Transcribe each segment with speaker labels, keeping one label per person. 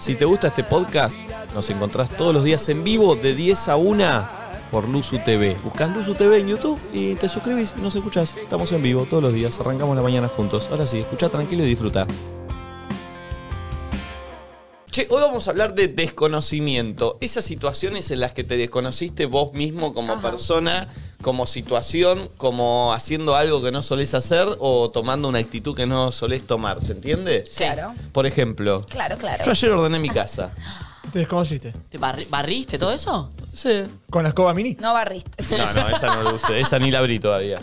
Speaker 1: Si te gusta este podcast, nos encontrás todos los días en vivo de 10 a 1 por Luzu TV. Buscás Luzu TV en YouTube y te suscribís y nos escuchás. Estamos en vivo todos los días, arrancamos la mañana juntos. Ahora sí, escucha tranquilo y disfruta. Che, hoy vamos a hablar de desconocimiento. Esas situaciones en las que te desconociste vos mismo como persona, como situación, como haciendo algo que no solés hacer o tomando una actitud que no solés tomar, ¿se entiende?
Speaker 2: Claro.
Speaker 1: Por ejemplo,
Speaker 2: Claro, claro.
Speaker 1: yo ayer ordené mi casa.
Speaker 3: ¿Te desconociste?
Speaker 4: ¿Te barri- barriste todo eso?
Speaker 1: Sí.
Speaker 3: ¿Con la escoba mini?
Speaker 2: No barriste.
Speaker 1: No, no, esa no la usé, esa ni la abrí todavía.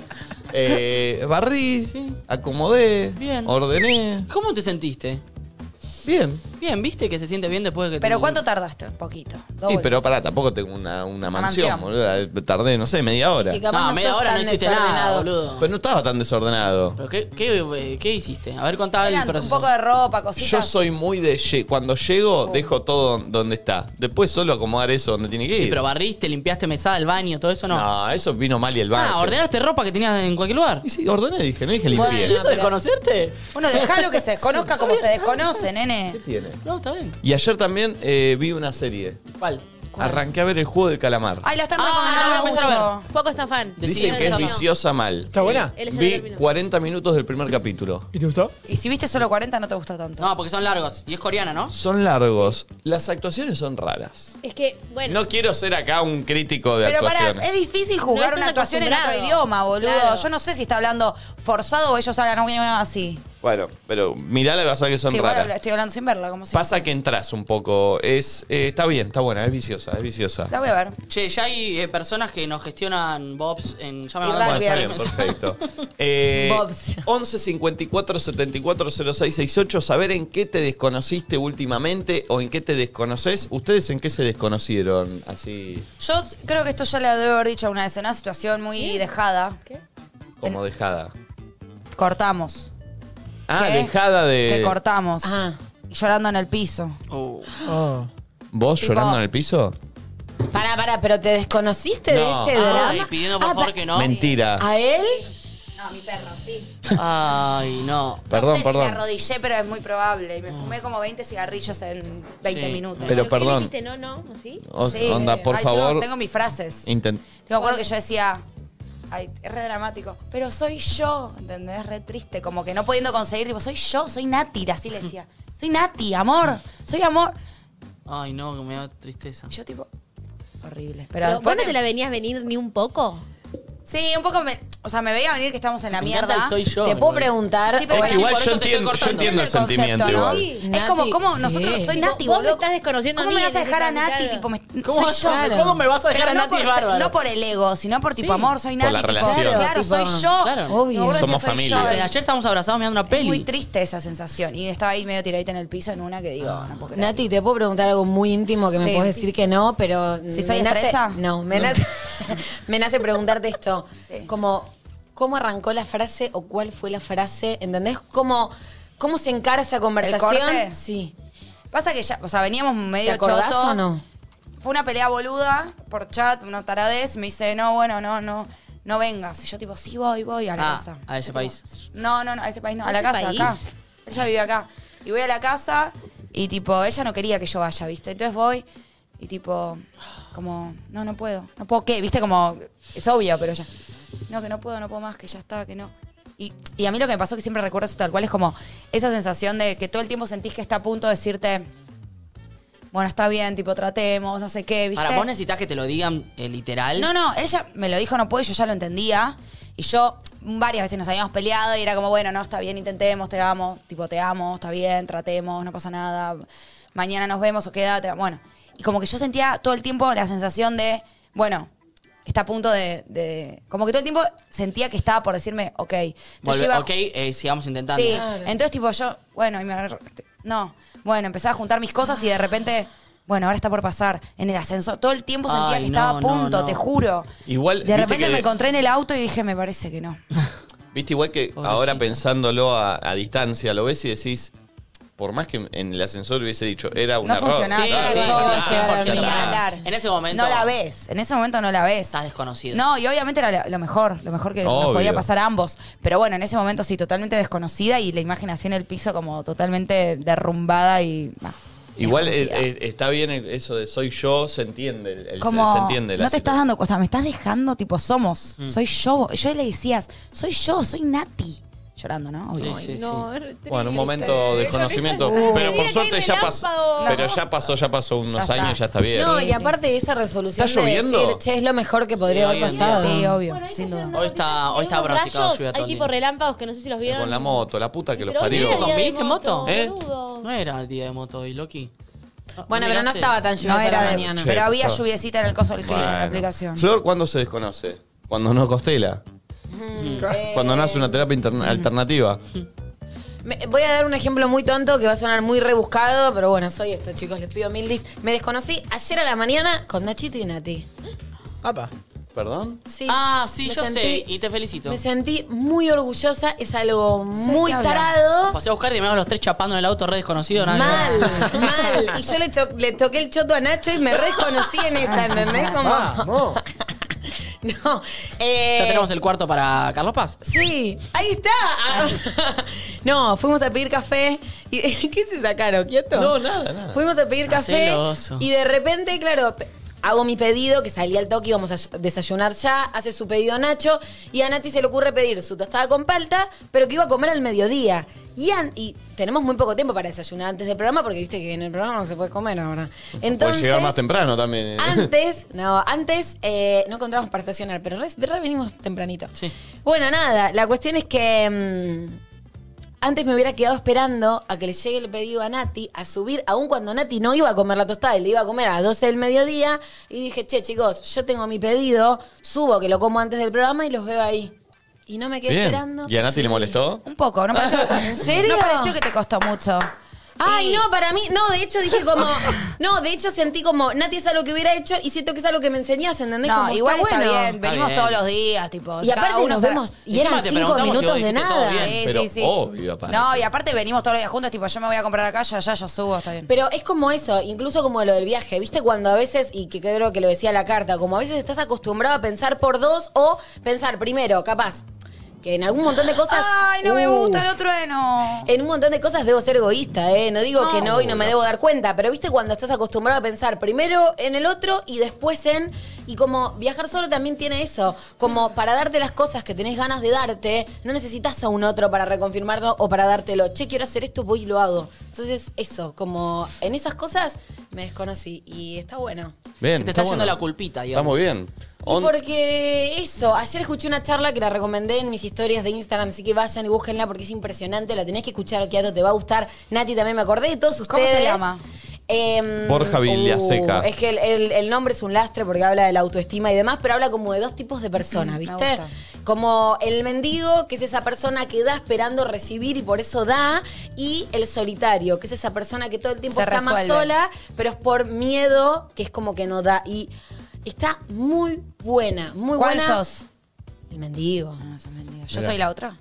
Speaker 1: Eh, barrí,
Speaker 4: Sí.
Speaker 1: acomodé,
Speaker 4: Bien.
Speaker 1: ordené.
Speaker 4: ¿Cómo te sentiste?
Speaker 1: Bien.
Speaker 4: Bien, ¿viste que se siente bien después de que
Speaker 2: Pero
Speaker 4: te-
Speaker 2: ¿cuánto tardaste? Poquito.
Speaker 1: Sí,
Speaker 2: doble.
Speaker 1: pero pará, tampoco tengo una, una mansión,
Speaker 2: mansión.
Speaker 1: boludo. Tardé, no sé, media hora.
Speaker 5: Que capaz
Speaker 4: No,
Speaker 5: no
Speaker 4: media
Speaker 5: sos
Speaker 4: hora no
Speaker 5: tan
Speaker 4: hiciste nada,
Speaker 5: desordenado.
Speaker 4: boludo.
Speaker 1: Pero no estaba tan desordenado.
Speaker 4: ¿Pero qué, qué, qué hiciste? A ver, contá el
Speaker 2: Eran
Speaker 4: proceso.
Speaker 2: un poco de ropa, cositas.
Speaker 1: Yo soy muy de... lle- Cuando llego,
Speaker 4: Oh.
Speaker 1: dejo todo donde está. Después solo acomodar eso donde tiene que ir.
Speaker 4: Sí, pero barriste, limpiaste mesada, el baño, todo eso no.
Speaker 1: no. eso vino mal y el
Speaker 4: ah,
Speaker 1: baño.
Speaker 4: ordenaste ropa que tenías en cualquier lugar.
Speaker 1: Y sí, ordené, dije, no dije limpié.
Speaker 5: Bueno.
Speaker 4: ¿Eso de
Speaker 5: pero-
Speaker 4: conocerte?
Speaker 2: Bueno, dejalo que se desconozca como se desconoce, nene.
Speaker 1: tiene?
Speaker 4: No, está bien.
Speaker 1: Y ayer también eh, vi una serie.
Speaker 4: ¿Cuál?
Speaker 1: Arranqué a ver el juego del calamar.
Speaker 2: Ay, la están
Speaker 4: Ah,
Speaker 2: recomendando
Speaker 4: voy a empezar a
Speaker 2: mucho.
Speaker 4: ver.
Speaker 5: Poco está fan.
Speaker 4: Decí
Speaker 1: Dicen
Speaker 4: sí,
Speaker 1: que es
Speaker 4: no.
Speaker 1: viciosa mal.
Speaker 3: ¿Está buena?
Speaker 5: Él es el
Speaker 1: Vi
Speaker 5: término.
Speaker 1: 40 minutos del primer capítulo.
Speaker 3: ¿Y te gustó?
Speaker 2: Y si viste solo 40 no te gusta tanto.
Speaker 4: No, porque son largos. Y es coreana, ¿no?
Speaker 1: Son largos. Las actuaciones son raras.
Speaker 5: Es que, bueno.
Speaker 1: No quiero ser acá un crítico de
Speaker 2: Pero pará,
Speaker 1: actuaciones.
Speaker 2: es difícil jugar
Speaker 5: No
Speaker 2: una
Speaker 5: estás
Speaker 2: actuación en otro
Speaker 5: acostumbrado.
Speaker 2: idioma, boludo.
Speaker 5: Claro.
Speaker 2: Yo no sé si está hablando forzado o ellos hablan así.
Speaker 1: Bueno, pero mirala y vas a ver que son
Speaker 2: sí, igual
Speaker 1: raras.
Speaker 2: habla- estoy hablando sin verla, como si.
Speaker 1: Pasa que entras un poco. Es, eh, está bien, está buena, es viciosa, es viciosa.
Speaker 2: La voy a ver.
Speaker 4: Che, ya hay eh, personas que nos gestionan Bobs en... Ya me
Speaker 2: Y
Speaker 1: Bueno,
Speaker 4: mandaron
Speaker 1: está
Speaker 2: rugby.
Speaker 1: bien, perfecto. Eh,
Speaker 5: Bobs.
Speaker 1: 11 54 74 06 68, saber en qué te desconociste últimamente o en qué te desconoces. ¿Ustedes en qué se desconocieron? Así
Speaker 2: Yo creo que esto ya le debo haber dicho una vez, en una situación muy dejada.
Speaker 1: como dejada.
Speaker 2: Cortamos.
Speaker 1: Ah,
Speaker 2: ¿Qué?
Speaker 1: dejada de.
Speaker 2: Que cortamos.
Speaker 5: Ah.
Speaker 2: Y Llorando en el piso.
Speaker 4: Oh.
Speaker 3: Oh.
Speaker 1: ¿Vos
Speaker 2: Tipo-
Speaker 1: llorando en el piso?
Speaker 5: Pará, pará, pero ¿te desconociste
Speaker 1: No.
Speaker 5: de ese
Speaker 4: Ay,
Speaker 5: drama?
Speaker 4: pidiendo por
Speaker 5: Ah,
Speaker 4: favor
Speaker 5: pa-
Speaker 4: que no.
Speaker 1: Mentira.
Speaker 5: ¿A él?
Speaker 2: No, mi perro, sí.
Speaker 4: Ay, no.
Speaker 1: perdón,
Speaker 2: no sé Si me
Speaker 1: perdón.
Speaker 2: arrodillé, pero es muy probable. Y me fumé como 20 cigarrillos en 20
Speaker 4: Sí.
Speaker 2: minutos.
Speaker 1: Pero
Speaker 5: ¿Qué
Speaker 1: perdón.
Speaker 5: le dijiste? No, no, así.
Speaker 1: O-
Speaker 2: Sí.
Speaker 1: Onda, por
Speaker 2: Ay, yo
Speaker 1: favor.
Speaker 2: tengo mis frases.
Speaker 1: inten-
Speaker 2: Te acuerdo que yo decía, ay, es re dramático, pero soy yo, ¿entendés? Re triste, como que no pudiendo conseguir, tipo, soy yo, soy Nati, así le decía. Soy Nati, amor, soy amor.
Speaker 4: Ay, no, que me da tristeza.
Speaker 2: Y yo, tipo, horrible. Pero,
Speaker 5: Pero ¿Vos
Speaker 2: después
Speaker 5: no
Speaker 2: te-
Speaker 5: te la venías venir ni un poco?
Speaker 2: Sí, un poco, me- o sea, me veía venir que estamos en la
Speaker 4: Me encanta
Speaker 2: mierda.
Speaker 4: el soy yo.
Speaker 5: Te puedo
Speaker 4: boludo.
Speaker 5: preguntar.
Speaker 2: Sí, pero
Speaker 1: Es
Speaker 2: bueno,
Speaker 1: que igual
Speaker 4: por
Speaker 1: yo
Speaker 4: eso te estoy
Speaker 1: entiendo, yo
Speaker 4: cortando.
Speaker 1: entiendo el
Speaker 2: Entiendo el
Speaker 1: sentimiento
Speaker 2: concepto,
Speaker 1: igual.
Speaker 2: ¿no?
Speaker 5: Sí.
Speaker 2: Es como,
Speaker 5: Nati,
Speaker 2: ¿cómo
Speaker 5: sí.
Speaker 2: nosotros? Soy
Speaker 5: Tipo,
Speaker 2: Nati,
Speaker 5: vos me
Speaker 2: boludo.
Speaker 5: estás desconociendo a
Speaker 2: ¿Cómo
Speaker 5: mí,
Speaker 2: me vas a dejar a
Speaker 5: necesitamos,
Speaker 2: Nati?
Speaker 5: claro.
Speaker 2: Tipo, me,
Speaker 4: ¿Cómo,
Speaker 2: soy yo.
Speaker 5: Claro.
Speaker 4: ¿Cómo me vas a dejar
Speaker 2: Pero
Speaker 4: a Nati?
Speaker 2: no
Speaker 4: es
Speaker 2: por,
Speaker 4: bárbaro.
Speaker 2: no por el ego, sino por tipo
Speaker 4: Sí.
Speaker 2: amor, soy
Speaker 1: Por
Speaker 2: Nati.
Speaker 1: la
Speaker 2: tipo,
Speaker 1: relación.
Speaker 2: Claro,
Speaker 5: Tipo,
Speaker 2: soy yo.
Speaker 4: claro.
Speaker 2: Me acuerdo
Speaker 5: Obvio.
Speaker 2: que
Speaker 1: Somos
Speaker 2: soy
Speaker 1: familia.
Speaker 2: yo.
Speaker 4: Desde ayer estábamos abrazados mirando una
Speaker 2: Es
Speaker 4: peli.
Speaker 2: muy triste esa sensación. Y estaba ahí medio tiradita en el piso en una que digo, no puedo creer.
Speaker 5: Ah. Nati, te puedo preguntar algo muy íntimo que
Speaker 2: Sí.
Speaker 5: me puedes decir que no, pero.
Speaker 2: Si soy
Speaker 5: me nace-
Speaker 2: estrecha.
Speaker 5: No, me nace, me nace preguntarte esto.
Speaker 2: Sí.
Speaker 5: Como, ¿cómo arrancó la frase o cuál fue la frase? ¿Entendés? ¿Cómo, cómo se encara esa conversación?
Speaker 2: corte?
Speaker 5: Sí.
Speaker 2: Pasa que ya, o sea, veníamos
Speaker 5: ¿Te
Speaker 2: medio
Speaker 5: acordás
Speaker 2: choto.
Speaker 5: o no?
Speaker 2: Fue una pelea boluda por chat, una taradez. Me dice, no, bueno, no, no, no vengas. Y yo tipo, sí voy, voy a la
Speaker 4: Ah,
Speaker 2: casa.
Speaker 4: a ese país.
Speaker 2: No, no, no, a ese país no, a
Speaker 5: ¿A
Speaker 2: la
Speaker 5: ese
Speaker 2: casa,
Speaker 5: país?
Speaker 2: acá. Ella vivía acá. Y voy a la casa y tipo, ella no quería que yo vaya, ¿viste? Entonces voy y tipo, como, no, no puedo. No puedo, ¿qué? ¿Viste? Como, es obvio, pero ya. No, que no puedo, no puedo más, que ya está, que no. Y, y a mí lo que me pasó, que siempre recuerdo eso tal cual, es como esa sensación de que todo el tiempo sentís que está a punto de decirte, bueno, está bien, tipo, tratemos, no sé qué, ¿viste?
Speaker 4: Para vos necesitas que te lo digan eh, literal.
Speaker 2: No, no, ella me lo dijo, no puedo, yo ya lo entendía. Y yo varias veces nos habíamos peleado y era como, bueno, no, está bien, intentemos, te amo, tipo, te amo, está bien, tratemos, no pasa nada, mañana nos vemos o quédate, bueno. Y como que yo sentía todo el tiempo la sensación de, bueno, está a punto de, de- como que todo el tiempo sentía que estaba por decirme, ok. Entonces yo
Speaker 4: Volve-
Speaker 2: iba-
Speaker 4: ok, eh, sigamos intentando.
Speaker 2: Sí, entonces tipo yo, bueno, y me agarré- no, bueno, empezaba a juntar mis cosas y de repente, bueno, ahora está por pasar en el ascensor. Todo el tiempo sentía
Speaker 4: Ay,
Speaker 2: que estaba a
Speaker 4: no, no,
Speaker 2: punto,
Speaker 4: no.
Speaker 2: te juro.
Speaker 1: Igual,
Speaker 2: de
Speaker 1: viste
Speaker 2: repente
Speaker 1: que-
Speaker 2: me encontré en el auto y dije, me parece que no.
Speaker 1: Viste, igual que
Speaker 4: Pobrecita.
Speaker 1: ahora pensándolo a, a distancia, lo ves y decís, por más que en el ascensor hubiese dicho, era un
Speaker 2: No
Speaker 1: error.
Speaker 2: funcionaba,
Speaker 4: Sí,
Speaker 2: yo era
Speaker 4: sí,
Speaker 2: chocha,
Speaker 4: sí, sí,
Speaker 2: no
Speaker 4: sí,
Speaker 2: quería
Speaker 4: sí.
Speaker 2: hablar.
Speaker 4: En ese momento-
Speaker 2: No la ves, en ese momento no la ves.
Speaker 4: Estás desconocido.
Speaker 2: No, y obviamente era lo- lo mejor, lo mejor que nos
Speaker 1: Obvio.
Speaker 2: podía pasar a ambos. Pero bueno, en ese momento sí, totalmente desconocida y la imagen así en el piso como totalmente derrumbada y... bah.
Speaker 1: Igual eh,
Speaker 2: desconocida.
Speaker 1: eh, está bien el- eso de soy yo, se entiende. el- el-
Speaker 2: Como,
Speaker 1: se, entiende la
Speaker 2: no te estás
Speaker 1: situación.
Speaker 2: dando, o sea, me estás dejando, tipo, somos,
Speaker 4: Mm.
Speaker 2: soy yo. Yo le decías, soy yo, soy Nati. Llorando, ¿no? Obvio.
Speaker 4: Sí, sí, sí.
Speaker 6: No, es triste.
Speaker 1: Bueno, un momento de desconocimiento.
Speaker 6: Mira que
Speaker 1: Pero
Speaker 6: hay
Speaker 1: por suerte ya pasó.
Speaker 6: relámpago.
Speaker 1: Pero ya pasó, ya pasó unos
Speaker 2: está.
Speaker 1: años, ya está bien.
Speaker 5: No,
Speaker 2: Sí,
Speaker 5: y
Speaker 2: sí.
Speaker 5: aparte esa resolución
Speaker 1: ¿Está
Speaker 5: de
Speaker 1: lloviendo?
Speaker 5: decir, che, es lo mejor que podría
Speaker 4: Sí,
Speaker 5: haber
Speaker 4: obvio.
Speaker 5: pasado.
Speaker 2: Sí, obvio,
Speaker 6: Bueno, ahí
Speaker 2: sin
Speaker 6: está
Speaker 2: duda.
Speaker 6: yendo
Speaker 4: Hoy está- hoy está
Speaker 6: unos
Speaker 4: pronosticado
Speaker 6: rayos,
Speaker 4: lluvia todo
Speaker 6: Hay
Speaker 4: el
Speaker 6: tipo
Speaker 4: día.
Speaker 6: relámpagos que no sé si los vieron.
Speaker 1: Con la moto, la puta que los
Speaker 6: Pero hoy
Speaker 1: parió.
Speaker 6: era día de
Speaker 4: ¿Viniste en moto?
Speaker 1: ¿Eh?
Speaker 6: boludo.
Speaker 4: No era el día de moto y Loki.
Speaker 5: Bueno, pero no
Speaker 4: ¿Miraste?
Speaker 5: estaba tan
Speaker 2: No
Speaker 5: lluviosa
Speaker 2: era
Speaker 5: la
Speaker 2: de
Speaker 5: mañana.
Speaker 1: Sí,
Speaker 2: Pero había
Speaker 1: estaba.
Speaker 2: lluviecita en el coso del clima en la
Speaker 1: Bueno.
Speaker 2: aplicación.
Speaker 1: Flor, ¿cuándo se desconoce? Cuando no costela. Cuando no hace una terapia interna- alternativa.
Speaker 5: Me- voy a dar un ejemplo muy tonto que va a sonar muy rebuscado, pero bueno, soy esto, chicos, les pido mil dis. Me desconocí ayer a la mañana con Nachito y Nati.
Speaker 3: Apa.
Speaker 1: ¿Perdón?
Speaker 5: Sí.
Speaker 4: Ah, sí,
Speaker 5: Me
Speaker 4: yo sé.
Speaker 5: sentí-
Speaker 4: Y te felicito.
Speaker 5: Me sentí muy orgullosa, es algo
Speaker 2: ¿Sabes
Speaker 5: muy
Speaker 2: qué habla?
Speaker 5: tarado.
Speaker 4: Pasé a buscar y me hago los tres chapando en el auto re desconocido. nada que
Speaker 5: Mal,
Speaker 4: ver.
Speaker 5: mal. Y yo le, cho- le toqué el choto a Nacho y me reconocí en esa, ¿entendés? Como.
Speaker 3: Vamos.
Speaker 5: No. eh,
Speaker 4: Ya tenemos el cuarto para Carlos Paz.
Speaker 5: Sí, ahí está. Ah. No, fuimos a pedir café. Y, ¿Qué se sacaron? ¿Quieto?
Speaker 1: No, nada, nada.
Speaker 5: Fuimos a pedir
Speaker 4: Está
Speaker 5: café
Speaker 4: celoso.
Speaker 5: y de repente, claro, pe- hago mi pedido, que salía al toque, íbamos a desayunar ya, hace su pedido Nacho y a Nati se le ocurre pedir su tostada con palta, pero que iba a comer al mediodía. Y, an- y tenemos muy poco tiempo para desayunar antes del programa porque viste que en el programa no se puede comer ahora.
Speaker 1: Puede
Speaker 5: Entonces,
Speaker 1: llegar más temprano también. ¿eh?
Speaker 5: antes, no, antes eh, no encontramos para estacionar, pero re, re venimos tempranito.
Speaker 4: Sí.
Speaker 5: Bueno, nada, la cuestión es que mm, antes me hubiera quedado esperando a que le llegue el pedido a Nati a subir, aun cuando Nati no iba a comer la tostada y le iba a comer a las 12 del mediodía. Y dije, che, chicos, yo tengo mi pedido, subo que lo como antes del programa y los veo ahí. Y no me quedé
Speaker 1: Bien.
Speaker 5: esperando.
Speaker 1: ¿Y a Nati le molestó?
Speaker 2: Un poco, ¿no? Pareció, ¿En
Speaker 5: serio?
Speaker 2: No pareció que te costó mucho.
Speaker 5: Ay,
Speaker 2: Y-
Speaker 5: no, para mí, no, de hecho dije como, no, de hecho sentí como, Nati es algo que hubiera hecho y siento que es algo que me enseñás, ¿entendés?
Speaker 2: No,
Speaker 5: Como,
Speaker 2: igual está,
Speaker 5: bueno.
Speaker 2: bien. Venimos
Speaker 4: bien.
Speaker 2: todos los días, tipo.
Speaker 5: Y
Speaker 2: cada
Speaker 5: aparte
Speaker 2: uno
Speaker 5: nos
Speaker 2: será-
Speaker 5: vemos, y
Speaker 4: Encima
Speaker 5: eran
Speaker 4: te
Speaker 5: cinco
Speaker 4: preguntamos si vos
Speaker 5: minutos de
Speaker 4: dijiste todo
Speaker 5: nada. eh.
Speaker 4: bien.
Speaker 2: Sí,
Speaker 1: Pero
Speaker 2: sí, sí.
Speaker 1: obvio, aparte.
Speaker 2: No, y aparte venimos todos los días juntos, tipo, yo me voy a comprar acá, ya, ya, yo subo, está bien.
Speaker 5: Pero es como eso, incluso como lo del viaje, ¿viste? Cuando a veces, y que creo que lo decía la carta, como a veces estás acostumbrado a pensar por dos o pensar primero, capaz, que en algún montón de cosas...
Speaker 2: Ay, no me
Speaker 5: Uh.
Speaker 2: gusta el trueno.
Speaker 5: En un montón de cosas debo ser egoísta, ¿eh? No digo que no y no me debo dar cuenta, pero viste cuando estás acostumbrado a pensar primero en el otro y después en. Y como viajar solo también tiene eso. Como para darte las cosas que tenés ganas de darte, no necesitas a un otro para reconfirmarlo o para dártelo. Che, quiero hacer esto, voy y lo hago. Entonces, eso, como en esas cosas me desconocí y está bueno.
Speaker 1: Bien,
Speaker 4: Se te está yendo
Speaker 1: bueno.
Speaker 4: la culpita,
Speaker 1: Está
Speaker 4: digamos.
Speaker 1: muy bien.
Speaker 5: Y
Speaker 1: On-
Speaker 5: porque eso, ayer escuché una charla que la recomendé en mis historias de Instagram, así que vayan y búsquenla porque es impresionante, la tenés que escuchar, Kiato, te va a gustar. Nati también me acordé de todos
Speaker 2: ¿Cómo se
Speaker 5: ustedes.
Speaker 2: llama?
Speaker 5: Em, uh,
Speaker 1: Borja Villaseca.
Speaker 5: es que el, el- el nombre es un lastre porque habla de la autoestima y demás, pero habla como de dos tipos de personas,
Speaker 2: Me
Speaker 5: ¿viste?
Speaker 2: gusta.
Speaker 5: Como el mendigo, que es esa persona que da esperando recibir y por eso da, y el solitario, que es esa persona que todo el tiempo
Speaker 2: Se
Speaker 5: está más
Speaker 2: resuelve.
Speaker 5: sola, pero es por miedo, que es como que no da. Y está muy buena, muy
Speaker 2: ¿Cuál
Speaker 5: buena.
Speaker 2: sos?
Speaker 5: El mendigo.
Speaker 2: No, sos mendiga. Yo soy la otra.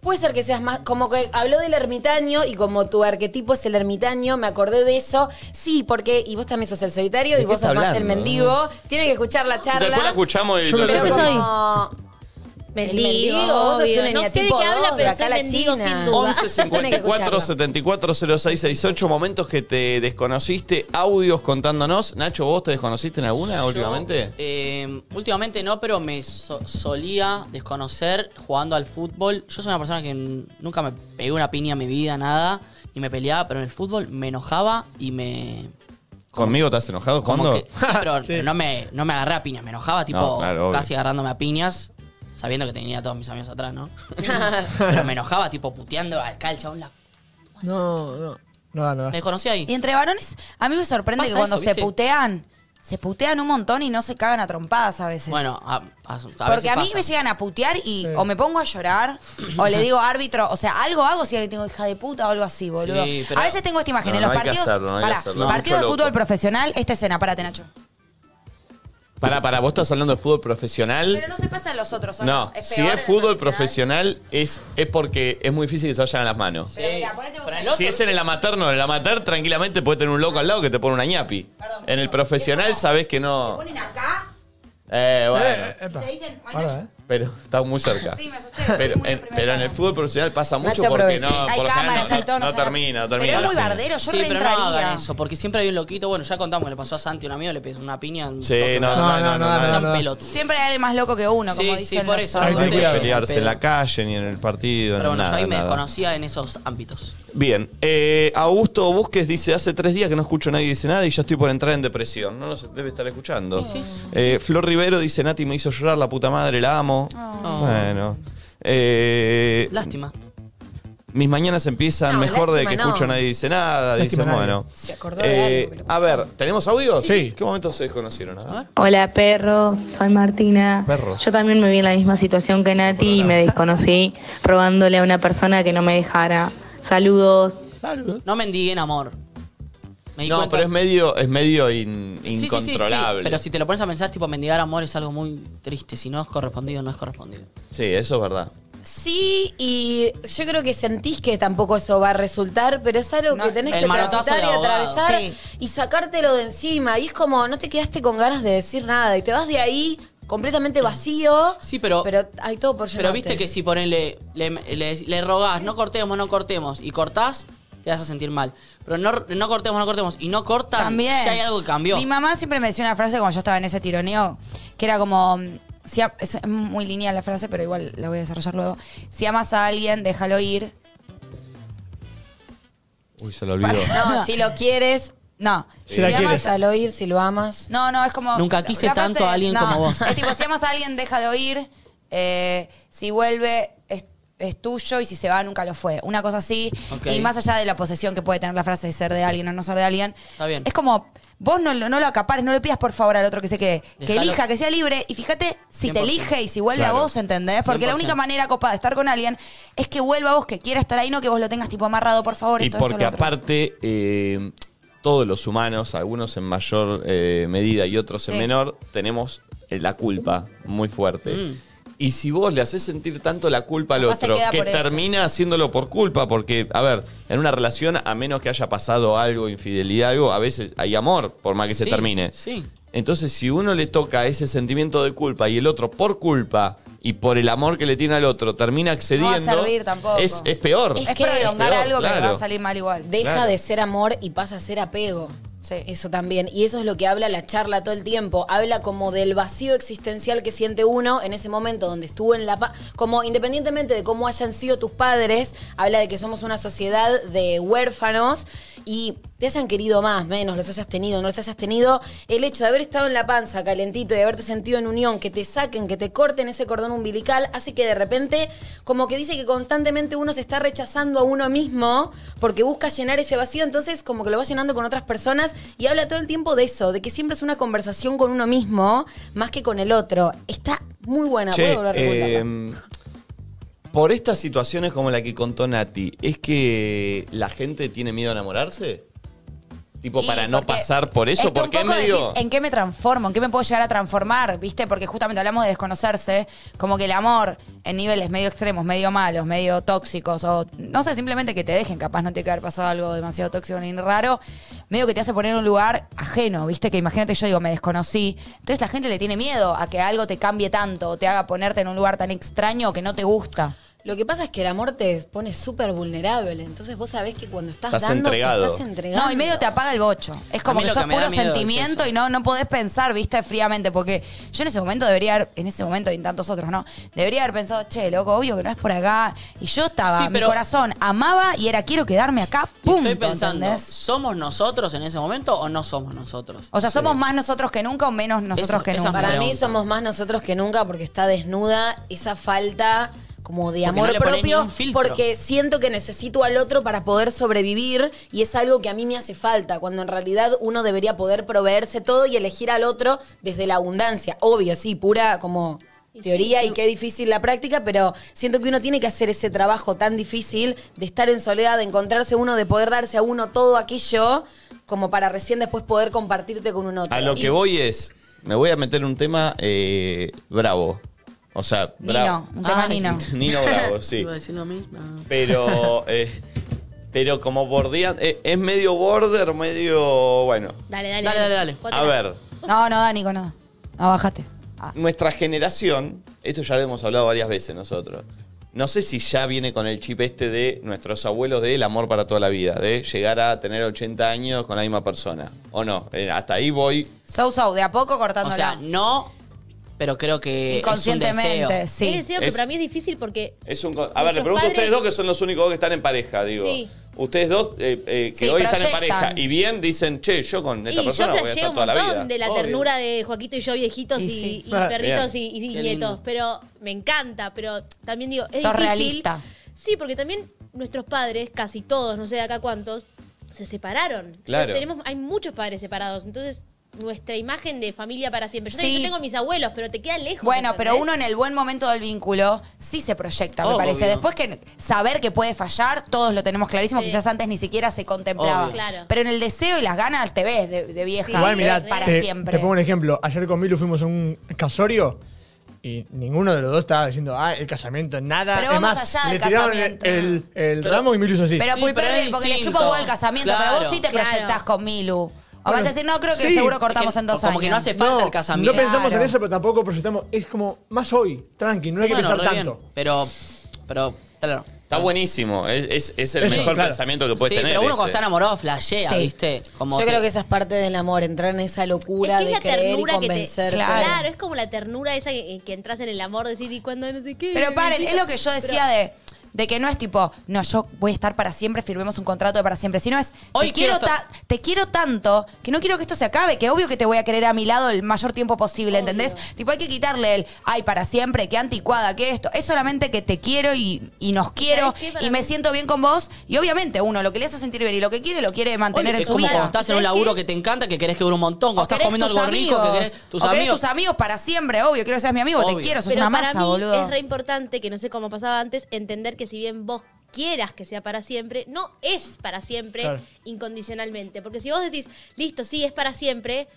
Speaker 5: Puede ser que seas más. Como que habló del ermitaño y como tu arquetipo es el ermitaño, me acordé de eso. Sí, porque. Y vos también sos el solitario
Speaker 1: ¿De
Speaker 5: y
Speaker 1: qué
Speaker 5: vos sos
Speaker 1: está
Speaker 5: más el
Speaker 1: hablando?
Speaker 5: mendigo. Tienen que escuchar la charla.
Speaker 1: Después la escuchamos y
Speaker 3: Yo
Speaker 1: lo
Speaker 3: creo que
Speaker 1: hacemos.
Speaker 6: soy.
Speaker 5: Como- El mendigo,
Speaker 6: Mendigo,
Speaker 5: vos sos
Speaker 6: obvio.
Speaker 5: una
Speaker 6: No
Speaker 5: niña
Speaker 6: sé de
Speaker 5: tipo
Speaker 6: qué habla,
Speaker 5: dos,
Speaker 6: pero
Speaker 5: acá
Speaker 6: soy
Speaker 5: la
Speaker 6: mendigo
Speaker 5: China.
Speaker 6: sin duda.
Speaker 1: 11 54 74 06 68 momentos que te desconociste, audios contándonos. Nacho, ¿vos te desconociste en alguna
Speaker 4: Yo,
Speaker 1: últimamente?
Speaker 4: eh, últimamente no, pero me so- solía desconocer jugando al fútbol. Yo soy una persona que n- nunca me pegué una piña en mi vida, nada, ni me peleaba, pero en el fútbol me enojaba y me.
Speaker 1: ¿Conmigo te has enojado?
Speaker 4: como
Speaker 1: ¿Cuándo?
Speaker 4: que- sí, pero
Speaker 3: Sí.
Speaker 4: no, me, no me agarré a piñas, me enojaba, tipo,
Speaker 1: No, claro, obvio.
Speaker 4: casi agarrándome a piñas, sabiendo que tenía a todos mis amigos atrás, ¿no? pero me enojaba, tipo, puteando acá el chabón. La...
Speaker 3: No, no. Eh, No, no.
Speaker 4: Me desconocí ahí.
Speaker 2: Y entre varones, a mí me sorprende
Speaker 4: Pasa
Speaker 2: que cuando
Speaker 4: eso,
Speaker 2: se
Speaker 4: ¿viste?
Speaker 2: putean, se putean un montón y no se cagan a trompadas a veces.
Speaker 4: Bueno, a, a- a
Speaker 2: Porque
Speaker 4: veces
Speaker 2: a mí
Speaker 4: pasa.
Speaker 2: me llegan a putear y
Speaker 3: Sí.
Speaker 2: o me pongo a llorar o le digo árbitro, o sea, algo hago si alguien tengo hija de puta o algo así, boludo.
Speaker 4: Sí, pero-
Speaker 2: a veces tengo esta imagen
Speaker 1: No,
Speaker 2: en
Speaker 1: no
Speaker 2: los
Speaker 1: hay que
Speaker 2: partidos.
Speaker 1: hacerlo, no hay que
Speaker 2: pará,
Speaker 1: hacerlo.
Speaker 2: partido de
Speaker 1: Mucho
Speaker 2: fútbol
Speaker 1: loco.
Speaker 2: profesional, esta escena, párate, Nacho.
Speaker 1: Para, para, vos estás hablando de fútbol profesional.
Speaker 2: Pero no se pasa en los otros, ¿o
Speaker 1: No,
Speaker 2: Es
Speaker 1: si
Speaker 2: peor
Speaker 1: es
Speaker 2: en el
Speaker 1: fútbol profesional es, es porque es muy difícil que se vayan a las manos.
Speaker 2: Pero mira, ponete vos
Speaker 4: Pero
Speaker 2: ahí.
Speaker 4: el otro-
Speaker 1: Si es en el amateur, no. En el amateur tranquilamente puede tener un loco al lado que te pone una ñapi.
Speaker 2: Perdón,
Speaker 1: En el
Speaker 2: perdón.
Speaker 1: profesional
Speaker 2: Es como-
Speaker 1: sabés que
Speaker 2: Se
Speaker 1: no.
Speaker 2: ponen acá,
Speaker 1: Eh, bueno.
Speaker 3: Eh, epa.
Speaker 2: se dicen, "Ay,
Speaker 3: Pará,
Speaker 2: Nacho".
Speaker 3: eh.
Speaker 1: Pero está muy cerca.
Speaker 2: Sí, me asusté.
Speaker 1: Pero, en, pero en el fútbol profesional pasa mucho porque
Speaker 5: aproveché.
Speaker 1: no,
Speaker 2: hay
Speaker 1: por lo general
Speaker 2: cámaras,
Speaker 1: no,
Speaker 2: hay todo.
Speaker 1: no
Speaker 2: sé.
Speaker 1: termina, no termina.
Speaker 2: Pero es muy bardero, yo
Speaker 4: sí, pero no
Speaker 2: reentraría.
Speaker 4: hagan eso, porque siempre hay un loquito. Bueno, ya contamos que le pasó a Santi, un amigo, le pegó una piña. un
Speaker 1: Sí,
Speaker 4: toque,
Speaker 1: no,
Speaker 4: una-
Speaker 1: no, no, no,
Speaker 3: no,
Speaker 1: no,
Speaker 4: son
Speaker 1: no.
Speaker 3: no.
Speaker 4: pelotudos.
Speaker 2: Siempre hay alguien más loco que uno, como
Speaker 4: Sí,
Speaker 2: dicen
Speaker 4: sí, por
Speaker 2: los
Speaker 4: eso.
Speaker 3: Hay
Speaker 1: No
Speaker 3: que
Speaker 1: hay
Speaker 4: Pero-
Speaker 1: que
Speaker 3: cuidado.
Speaker 1: pelearse en la
Speaker 4: pero-
Speaker 1: calle ni en el partido.
Speaker 4: Pero
Speaker 1: ni
Speaker 4: bueno, yo
Speaker 1: nada,
Speaker 4: ahí me
Speaker 1: nada.
Speaker 4: desconocía en esos ámbitos.
Speaker 1: Bien, eh, Augusto Busques dice, hace tres días que no escucho a nadie dice nada y ya estoy por entrar en depresión. No nos debe estar escuchando. Eh, Flor Rivero dice, Nati me hizo llorar, la puta madre, la amo.
Speaker 5: Oh.
Speaker 1: Bueno. Eh,
Speaker 4: Lástima.
Speaker 1: mis mañanas empiezan
Speaker 5: No,
Speaker 1: mejor de
Speaker 5: lástima,
Speaker 1: que
Speaker 5: no.
Speaker 1: escucho a nadie dice nada.
Speaker 3: Lástima
Speaker 1: dice,
Speaker 3: nadie.
Speaker 1: bueno. Eh,
Speaker 5: Se acordó de algo que le
Speaker 1: a
Speaker 5: pasó.
Speaker 1: ver, ¿tenemos audio?
Speaker 3: Sí.
Speaker 1: ¿Qué momentos se desconocieron? A ver.
Speaker 6: Hola perros, soy Martina.
Speaker 1: Perros.
Speaker 6: Yo también me vi en la misma situación que Nati y me desconocí robándole a una persona que no me dejara. Saludos.
Speaker 3: Claro.
Speaker 4: No mendiguen amor. Me di
Speaker 1: No,
Speaker 4: cuenta-
Speaker 1: pero es medio, es medio in-
Speaker 4: Sí, sí, sí, sí,
Speaker 1: incontrolable.
Speaker 4: Pero si te lo pones a pensar, tipo, mendigar amor es algo muy triste. Si no es correspondido, no es correspondido.
Speaker 1: Sí, eso es verdad.
Speaker 5: Sí, y yo creo que sentís que tampoco eso va a resultar, pero es algo
Speaker 2: No,
Speaker 5: que tenés
Speaker 4: el
Speaker 5: que
Speaker 4: manotazo
Speaker 5: transitar
Speaker 4: de
Speaker 5: y
Speaker 4: abogado.
Speaker 5: atravesar
Speaker 2: Sí.
Speaker 5: y sacártelo de encima. Y es como, no te quedaste con ganas de decir nada y te vas de ahí completamente vacío.
Speaker 4: Sí, pero-
Speaker 5: Pero hay todo por llenarte.
Speaker 4: Pero viste que si ponele, le, le, le rogás, no cortemos, no cortemos, y cortás, te vas a sentir mal. Pero no, no cortemos, no cortemos, y no cortan,
Speaker 2: También.
Speaker 4: ya hay algo que cambió.
Speaker 2: Mi mamá siempre me decía una frase cuando yo estaba en ese tironeo, que era como. mm, Si a- es muy lineal la frase, pero igual la voy a desarrollar luego. Si amas a alguien, déjalo ir.
Speaker 1: Uy, se lo olvidó.
Speaker 4: Ah.
Speaker 5: No, si lo quieres,
Speaker 2: No.
Speaker 3: Si la
Speaker 2: amas
Speaker 3: quieres.
Speaker 5: al oír, si lo amas.
Speaker 2: No, no, es como.
Speaker 4: Nunca quise
Speaker 2: la
Speaker 4: tanto a alguien como vos.
Speaker 2: Es tipo, si amas a alguien, déjalo ir. Eh, si vuelve, es, es tuyo. Y si se va, nunca lo fue. Una cosa así.
Speaker 4: Ok.
Speaker 2: Y más allá de la posesión que puede tener la frase de ser de alguien o no ser de alguien.
Speaker 4: Está bien.
Speaker 2: Es como. Vos no, lo- no lo acapares, no le pidas por favor al otro que se quede. Que
Speaker 4: Dejalo.
Speaker 2: elija, que sea libre. Y fíjate si te
Speaker 4: 100%.
Speaker 2: elige y si vuelve
Speaker 1: Claro.
Speaker 2: a vos, ¿entendés? Porque la
Speaker 4: 100%.
Speaker 2: única manera, copa, de estar con alguien es que vuelva a vos, que quiera estar ahí, no que vos lo tengas tipo amarrado, por favor.
Speaker 1: Y
Speaker 2: esto, esto,
Speaker 1: porque
Speaker 2: lo otro.
Speaker 1: aparte, eh, todos los humanos, algunos en mayor eh, medida y otros en
Speaker 2: Sí.
Speaker 1: menor, tenemos eh, la culpa muy fuerte. Y si vos le haces sentir tanto la culpa al
Speaker 2: Mm. Capaz se
Speaker 1: otro,
Speaker 2: queda
Speaker 1: que
Speaker 2: por eso.
Speaker 1: termina haciéndolo por culpa, porque, a ver, en una relación, a menos que haya pasado algo, infidelidad, algo, a veces hay amor, por más que se
Speaker 4: Sí,
Speaker 1: termine.
Speaker 4: Sí.
Speaker 1: Entonces, si uno le toca ese sentimiento de culpa y el otro por culpa y por el amor que le tiene al otro termina
Speaker 2: va a
Speaker 1: accediendo,
Speaker 2: servir tampoco.
Speaker 1: Es, es peor.
Speaker 5: Es
Speaker 2: Es
Speaker 5: que-
Speaker 2: prolongar
Speaker 1: es peor,
Speaker 2: algo que te va
Speaker 1: claro.
Speaker 2: a salir mal igual.
Speaker 5: Deja
Speaker 1: Claro.
Speaker 5: de ser amor y pasa a ser apego.
Speaker 2: Sí.
Speaker 5: Eso también. Y eso es lo que habla la charla todo el tiempo. Habla como del vacío existencial que siente uno en ese momento donde estuvo en la paz. Como independientemente de cómo hayan sido tus padres, habla de que somos una sociedad de huérfanos y te hayan querido más, menos, los hayas tenido, no los hayas tenido. El hecho de haber estado en la panza calentito y haberte sentido en unión, que te saquen, que te corten ese cordón umbilical, hace que de repente, como que dice que constantemente uno se está rechazando a uno mismo porque busca llenar ese vacío, entonces como que lo va llenando con otras personas y habla todo el tiempo de eso, de que siempre es una conversación con uno mismo más que con el otro. Está muy buena,
Speaker 1: Che,
Speaker 5: voy a volver a
Speaker 1: eh,
Speaker 5: recuperarla.
Speaker 1: por estas situaciones como la que contó Nati, ¿es que la gente tiene miedo a enamorarse? Tipo,
Speaker 2: Y
Speaker 1: para no
Speaker 2: porque
Speaker 1: pasar por eso,
Speaker 2: es que un
Speaker 1: porque es
Speaker 2: poco
Speaker 1: medio...
Speaker 2: decís, ¿En qué me transformo? ¿En qué me puedo llegar a transformar? ¿Viste? Porque justamente hablamos de desconocerse, como que el amor en niveles medio extremos, medio malos, medio tóxicos, o no sé, simplemente que te dejen, capaz no te que haber pasado algo demasiado tóxico ni raro, medio que te hace poner en un lugar ajeno, ¿viste? Que imagínate, yo digo, me desconocí. Entonces la gente le tiene miedo a que algo te cambie tanto, o te haga ponerte en un lugar tan extraño que no te gusta.
Speaker 5: Lo que pasa es que el amor te pone súper vulnerable, entonces vos sabés que cuando estás,
Speaker 1: Estás
Speaker 5: dando,
Speaker 1: entregado.
Speaker 5: te estás entregando.
Speaker 2: No, y medio te apaga el bocho. Es como
Speaker 4: A mí
Speaker 2: que
Speaker 4: lo
Speaker 2: sos
Speaker 4: que me da
Speaker 2: puro
Speaker 4: miedo es
Speaker 2: sentimiento
Speaker 4: eso.
Speaker 2: y no, no podés pensar, viste, fríamente. Porque yo en ese momento debería haber, en ese momento y en tantos otros, ¿no? Debería haber pensado, che, loco, obvio que no es por acá. Y yo estaba,
Speaker 4: Sí, pero-
Speaker 2: mi corazón amaba y era quiero quedarme acá, punto.
Speaker 4: Estoy pensando,
Speaker 2: ¿entendés?
Speaker 4: ¿somos nosotros en ese momento o no somos nosotros?
Speaker 2: O sea, ¿somos más nosotros que nunca o menos nosotros
Speaker 4: Eso-
Speaker 2: que
Speaker 4: esa
Speaker 2: nunca?
Speaker 5: Para mí
Speaker 4: pregunta.
Speaker 5: somos más nosotros que nunca porque está desnuda esa falta como de
Speaker 4: Porque no
Speaker 5: amor
Speaker 4: le ponés ni
Speaker 5: propio
Speaker 4: un filtro.
Speaker 5: porque siento que necesito al otro para poder sobrevivir y es algo que a mí me hace falta cuando en realidad uno debería poder proveerse todo y elegir al otro desde la abundancia obvio sí pura como teoría y qué difícil la práctica pero siento que uno tiene que hacer ese trabajo tan difícil de estar en soledad de encontrarse uno de poder darse a uno todo aquello como para recién después poder compartirte con un otro
Speaker 1: A lo que voy es, me voy a meter en un tema eh, bravo. O sea, bravo.
Speaker 2: Nino, un tema
Speaker 4: Ay.
Speaker 2: Nino.
Speaker 1: Nino bravo, sí.
Speaker 4: Iba a decir lo mismo.
Speaker 1: Pero, eh, pero como bordean, eh, es medio border, medio, bueno.
Speaker 7: Dale, dale.
Speaker 4: Dale, dale, dale.
Speaker 7: Cuatro.
Speaker 1: A ver,
Speaker 2: No, no, da, Nico, no. No, bájate. Ah.
Speaker 1: nuestra generación, esto ya lo hemos hablado varias veces nosotros, no sé si ya viene con el chip este de nuestros abuelos del amor para toda la vida, de llegar a tener 80 años con la misma persona, o no, Eh, hasta ahí voy.
Speaker 2: So, so, de a poco
Speaker 4: O
Speaker 2: cortándola.
Speaker 4: sea, no, pero creo que es un deseo.
Speaker 2: Inconscientemente,
Speaker 7: Sí.
Speaker 2: sí.
Speaker 7: deseo, pero
Speaker 1: Es-
Speaker 7: para mí es difícil porque
Speaker 1: Es un, con- a ver, le
Speaker 7: Nuestros
Speaker 1: pregunto a ustedes
Speaker 7: padres-
Speaker 1: dos que son los únicos dos que están en pareja, digo.
Speaker 7: Sí.
Speaker 1: Ustedes dos eh, eh, que
Speaker 2: Sí,
Speaker 1: hoy están en
Speaker 2: proyectan.
Speaker 1: pareja y bien dicen, che, yo con esta
Speaker 7: y yo
Speaker 1: persona voy a
Speaker 7: flasheo
Speaker 1: estar
Speaker 7: un
Speaker 1: toda la vida.
Speaker 7: montón de la
Speaker 1: Obvio.
Speaker 7: ternura de Joaquito y yo viejitos
Speaker 2: Y
Speaker 7: y,
Speaker 2: sí.
Speaker 7: y
Speaker 3: Ah,
Speaker 7: perritos
Speaker 1: bien.
Speaker 7: y, y
Speaker 4: Qué
Speaker 7: nietos,
Speaker 4: lindo.
Speaker 7: pero me encanta, pero también digo, es
Speaker 2: Sos
Speaker 7: difícil.
Speaker 2: realista.
Speaker 7: Sí, porque también nuestros padres, casi todos, no sé de acá cuántos, se separaron. Entonces
Speaker 1: Claro.
Speaker 7: tenemos, hay muchos padres separados, entonces nuestra imagen de familia para siempre. Yo, sé que
Speaker 2: Sí.
Speaker 7: yo tengo mis abuelos, pero te queda lejos.
Speaker 2: Bueno, pero
Speaker 7: ¿entendés?
Speaker 2: uno en el buen momento del vínculo sí se proyecta, me
Speaker 4: Obvio.
Speaker 2: parece. Después que saber que puede fallar, todos lo tenemos clarísimo,
Speaker 7: Sí.
Speaker 2: quizás antes ni siquiera se contemplaba.
Speaker 4: Obvio.
Speaker 7: Claro.
Speaker 2: Pero en el deseo y las ganas te ves de, de vieja.
Speaker 7: Igual,
Speaker 2: te
Speaker 7: mirá,
Speaker 2: ves para
Speaker 3: te,
Speaker 2: siempre.
Speaker 3: te pongo un ejemplo. Ayer con Milu fuimos a un casorio y ninguno de los dos estaba diciendo, ah, el casamiento, nada.
Speaker 2: Pero
Speaker 3: es
Speaker 2: vamos
Speaker 3: más,
Speaker 2: allá del
Speaker 3: le tiraron
Speaker 2: casamiento.
Speaker 3: el, el ramo y Milu hizo así.
Speaker 2: Pero
Speaker 4: Sí,
Speaker 2: Pulper,
Speaker 4: pero es
Speaker 2: porque le
Speaker 4: distinto.
Speaker 2: chupa huevo el casamiento, pero vos
Speaker 4: Claro.
Speaker 2: sí te
Speaker 7: Claro.
Speaker 2: proyectás con Milu. O vas
Speaker 3: Bueno,
Speaker 2: a decir, no, creo que
Speaker 3: sí.
Speaker 2: seguro
Speaker 4: Es que
Speaker 2: cortamos en dos
Speaker 4: como
Speaker 2: años.
Speaker 4: que no hace falta el casamiento.
Speaker 3: No pensamos
Speaker 2: Claro.
Speaker 3: en eso, pero tampoco proyectamos. Es como más hoy, tranqui, no hay que
Speaker 4: Bueno,
Speaker 3: pensar
Speaker 4: re bien,
Speaker 3: tanto.
Speaker 4: pero, pero, claro.
Speaker 1: Está buenísimo, es, es- es el
Speaker 3: Sí,
Speaker 1: mejor
Speaker 3: claro.
Speaker 1: pensamiento que
Speaker 4: Sí,
Speaker 1: puedes tener. eh,
Speaker 4: pero uno cuando
Speaker 1: ese.
Speaker 4: está enamorado flashea,
Speaker 2: Sí.
Speaker 4: ¿viste? Como
Speaker 5: Yo
Speaker 4: que-
Speaker 5: creo que esa es parte del amor, entrar en esa locura
Speaker 7: Es que es la
Speaker 5: de querer y
Speaker 7: ternura que te.
Speaker 5: convencer.
Speaker 7: Claro.
Speaker 2: Claro.
Speaker 7: es como la ternura esa que, que entras en el amor, decir, y cuando no sé qué.
Speaker 2: Pero paren,
Speaker 7: bebecito.
Speaker 2: es lo que yo decía de, de que no es tipo, no, yo voy a estar para siempre, firmemos un contrato de para siempre, sino es,
Speaker 4: Hoy
Speaker 2: te, quiero
Speaker 4: quiero
Speaker 2: ta- te quiero tanto que no quiero que esto se acabe, que obvio que te voy a querer a mi lado el mayor tiempo posible, ¿entendés? Tipo, hay que quitarle el, ay, para siempre, qué anticuada, qué esto. Es solamente que te quiero y, y nos quiero
Speaker 7: qué? Para
Speaker 2: y me
Speaker 7: mí-
Speaker 2: siento bien con vos. Y obviamente uno, lo que le hace sentir bien y lo que quiere, lo quiere mantener
Speaker 4: Oye,
Speaker 2: en
Speaker 4: es
Speaker 2: su
Speaker 4: como cuando
Speaker 2: vida.
Speaker 4: estás en
Speaker 7: ¿Sabés
Speaker 4: un laburo
Speaker 7: qué?
Speaker 4: que te encanta, que querés que dure un montón, cuando
Speaker 2: O
Speaker 4: estás
Speaker 2: querés
Speaker 4: comiendo
Speaker 2: tus
Speaker 4: algo rico, que
Speaker 2: amigos.
Speaker 4: querés tus
Speaker 2: o
Speaker 4: amigos.
Speaker 2: tus amigos para siempre, obvio. Quiero que seas mi amigo,
Speaker 4: Obvio.
Speaker 2: te quiero, sos
Speaker 7: Pero
Speaker 2: una
Speaker 7: para
Speaker 2: masa,
Speaker 7: mí
Speaker 2: ah, boludo.
Speaker 7: es re importante que no sé cómo pasaba antes entender que si bien vos quieras que sea para siempre, no es para siempre
Speaker 3: Claro.
Speaker 7: incondicionalmente, porque si vos decís, "Listo, sí es para siempre",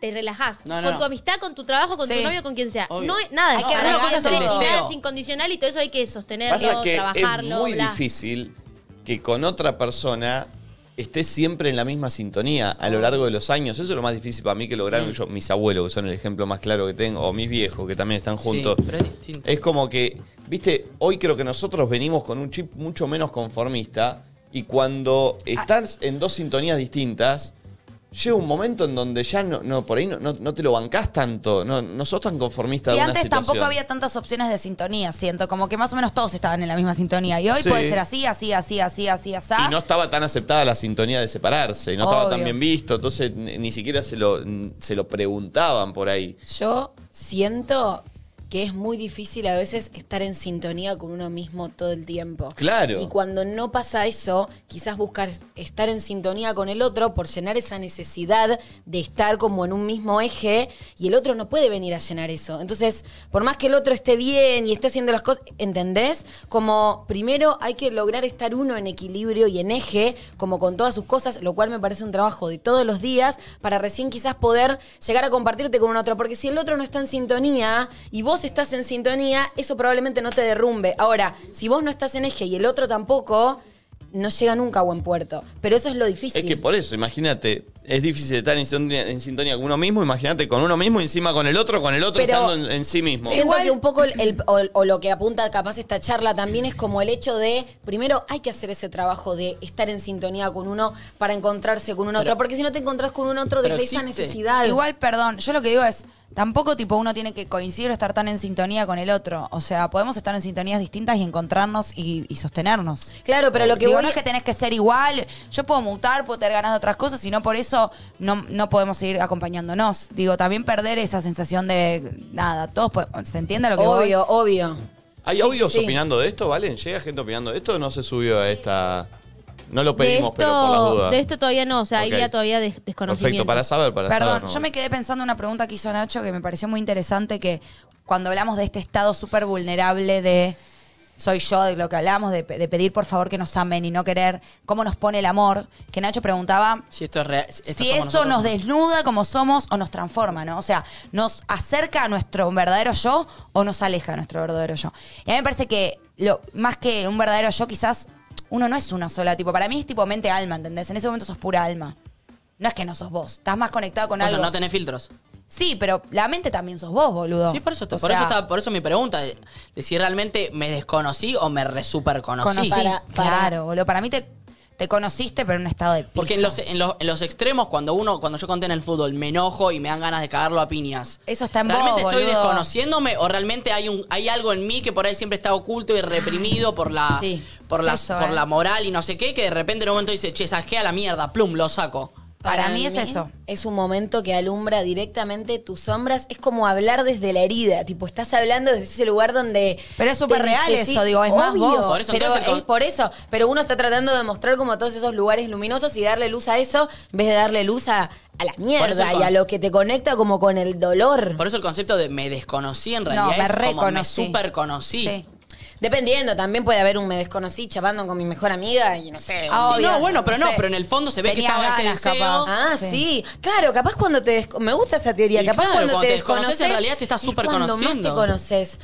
Speaker 7: te relajás
Speaker 4: No, no,
Speaker 7: con
Speaker 4: no.
Speaker 7: tu amistad, con tu trabajo, con
Speaker 2: Sí.
Speaker 7: tu novio, con quien sea.
Speaker 4: Obvio.
Speaker 7: No es nada,
Speaker 2: Hay
Speaker 7: es
Speaker 2: que
Speaker 7: para
Speaker 2: arreglar
Speaker 7: siempre,
Speaker 2: el deseo.
Speaker 7: nada es incondicional y todo eso hay que sostenerlo,
Speaker 1: Pasa que
Speaker 7: trabajarlo,
Speaker 1: es muy
Speaker 7: bla.
Speaker 1: difícil que con otra persona estés siempre en la misma sintonía a lo largo de los años. Eso es lo más difícil para mí que
Speaker 4: Mm.
Speaker 1: lograron yo, mis abuelos, que son el ejemplo más claro que tengo, o mis viejos, que también están juntos.
Speaker 4: pero es distinto.
Speaker 1: como que, viste, hoy creo que nosotros venimos con un chip mucho menos conformista y cuando
Speaker 2: Ah.
Speaker 1: estás en dos sintonías distintas... Llega un momento en donde ya no, no por ahí no, no- no te lo bancás tanto, no, no sos tan conformista
Speaker 2: Sí,
Speaker 1: de una
Speaker 2: antes tampoco
Speaker 1: situación.
Speaker 2: había tantas opciones de sintonía, siento. Como que más o menos todos estaban en la misma sintonía. Y hoy
Speaker 1: Sí.
Speaker 2: puede ser así, así, así, así, así, así.
Speaker 1: Y no estaba tan aceptada la sintonía de separarse, y no estaba
Speaker 2: Obvio.
Speaker 1: tan bien visto, entonces ni ni siquiera se lo, se lo preguntaban por ahí.
Speaker 5: Yo siento que es muy difícil a veces estar en sintonía con uno mismo todo el tiempo.
Speaker 1: Claro.
Speaker 5: Y cuando no pasa eso, quizás buscar estar en sintonía con el otro por llenar esa necesidad de estar como en un mismo eje y el otro no puede venir a llenar eso. Entonces, por más que el otro esté bien y esté haciendo las cosas, ¿entendés? Como primero hay que lograr estar uno en equilibrio y en eje, como con todas sus cosas, lo cual me parece un trabajo de todos los días para recién quizás poder llegar a compartirte con un otro, porque si el otro no está en sintonía y vos estás en sintonía, eso probablemente no te derrumbe. Ahora, si vos no estás en eje y el otro tampoco, no llega nunca a buen puerto. Pero eso es lo difícil.
Speaker 1: Es que por eso, imagínate, es difícil estar en sintonía, en sintonía con uno mismo, imagínate con uno mismo y encima con el otro, con el otro
Speaker 5: Pero-
Speaker 1: estando en, en sí mismo.
Speaker 5: Siento
Speaker 2: Igual-
Speaker 5: que un poco el, el- o, o lo que apunta capaz esta charla también es como el hecho de, primero hay que hacer ese trabajo de estar en sintonía con uno para encontrarse con un otro, porque si no te encontrás con un otro
Speaker 4: pero
Speaker 5: desde esa
Speaker 4: existe.
Speaker 5: necesidad.
Speaker 2: Igual, perdón, yo lo que digo es, tampoco tipo uno tiene que coincidir o estar tan en sintonía con el otro. O sea, podemos estar en sintonías distintas y encontrarnos y, y sostenernos.
Speaker 5: Claro, pero lo que
Speaker 2: Digo,
Speaker 5: voy
Speaker 2: no es que tenés que ser igual, yo puedo mutar, puedo tener ganas de otras cosas, y no por eso no, no podemos seguir acompañándonos. Digo, también perder esa sensación de nada, todos po- se entiende a lo que voy?
Speaker 5: Obvio, obvio.
Speaker 1: ¿Hay
Speaker 5: Sí,
Speaker 1: audios
Speaker 5: sí, sí.
Speaker 1: opinando de esto, Valen? ¿Llega gente opinando de esto o no se subió a esta...? No lo
Speaker 7: De
Speaker 1: pedimos, pero por las
Speaker 7: esto,
Speaker 1: dudas.
Speaker 7: de esto todavía no, o sea, hay
Speaker 1: Ok.
Speaker 7: día todavía de desconocimiento.
Speaker 1: Perfecto, para saber, para
Speaker 2: Perdón,
Speaker 1: saber. ¿no?
Speaker 2: yo me quedé pensando en una pregunta que hizo Nacho que me pareció muy interesante que cuando hablamos de este estado súper vulnerable de soy yo, de lo que hablamos, de, pe- de pedir por favor que nos amen y no querer, cómo nos pone el amor, que Nacho preguntaba
Speaker 4: Si esto es real. Si, esto
Speaker 2: si eso
Speaker 4: somos nosotros.
Speaker 2: nos desnuda como somos o nos transforma, ¿no? O sea, nos acerca a nuestro verdadero yo o nos aleja a nuestro verdadero yo. Y a mí me parece que lo, más que un verdadero yo, quizás uno no es una sola, tipo, para mí es tipo mente-alma, ¿entendés? En ese momento sos pura alma. No es que no sos vos, estás más conectado con
Speaker 4: O
Speaker 2: algo.
Speaker 4: sea, no tenés filtros.
Speaker 2: Sí, pero la mente también sos vos, boludo.
Speaker 4: Sí, por eso,
Speaker 2: O
Speaker 4: por, eso
Speaker 2: sea,
Speaker 4: está, por eso mi pregunta de, de si realmente me desconocí o me resuperconocí.
Speaker 2: conocí.
Speaker 5: Para- para-
Speaker 2: Claro, boludo. Para mí te, te conociste, pero en un estado de pija.
Speaker 4: Porque en los, en, los, en los extremos, cuando uno, cuando yo conté en el fútbol, me enojo y me dan ganas de cagarlo a piñas.
Speaker 2: Eso está en
Speaker 4: ¿Realmente
Speaker 2: vos,
Speaker 4: estoy
Speaker 2: boludo.
Speaker 4: desconociéndome o realmente hay un, hay algo en mí que por ahí siempre está oculto y reprimido por la,
Speaker 2: Sí,
Speaker 4: por
Speaker 2: es
Speaker 4: la,
Speaker 2: eso,
Speaker 4: por
Speaker 2: eh.
Speaker 4: la moral y no sé qué, que de repente en un momento dice, che, sajea la mierda, plum, lo saco.
Speaker 2: Para mí es eso.
Speaker 5: Es un momento que alumbra directamente tus sombras. Es como hablar desde la herida. Tipo, estás hablando desde ese lugar donde.
Speaker 2: Pero es súper
Speaker 5: te
Speaker 2: real
Speaker 5: necesi-
Speaker 2: eso, digo, es más
Speaker 5: Obvio,
Speaker 2: vos.
Speaker 4: Por eso,
Speaker 5: pero
Speaker 4: entonces,
Speaker 5: es por eso. Pero uno está tratando de mostrar como todos esos lugares luminosos y darle luz a eso en vez de darle luz a, a la
Speaker 4: eso
Speaker 5: mierda
Speaker 4: el
Speaker 5: y a
Speaker 4: cons-
Speaker 5: lo que te conecta como con el dolor.
Speaker 4: Por eso el concepto de me desconocí en
Speaker 2: No,
Speaker 4: realidad
Speaker 2: me
Speaker 4: es como me
Speaker 2: reconocí.
Speaker 4: superconocí.
Speaker 2: Sí.
Speaker 5: Dependiendo, también puede haber un me desconocí chapando con mi mejor amiga y no sé. un día,
Speaker 2: Ah, obvio,
Speaker 4: Eh, no, bueno, pero no,
Speaker 5: sé.
Speaker 4: pero en el fondo se ve
Speaker 2: Tenías
Speaker 4: que estaba ese
Speaker 2: ganas,
Speaker 4: deseo.
Speaker 2: capaz.
Speaker 5: Ah, sí. Claro, capaz cuando te... desco- Me gusta esa teoría.
Speaker 4: Y
Speaker 5: capaz
Speaker 4: claro,
Speaker 5: cuando,
Speaker 4: cuando
Speaker 5: te
Speaker 4: te
Speaker 5: desconoces...
Speaker 4: desconoces, en realidad te estás
Speaker 5: es
Speaker 4: súper
Speaker 5: cuando más
Speaker 4: conociendo.
Speaker 5: te conoces.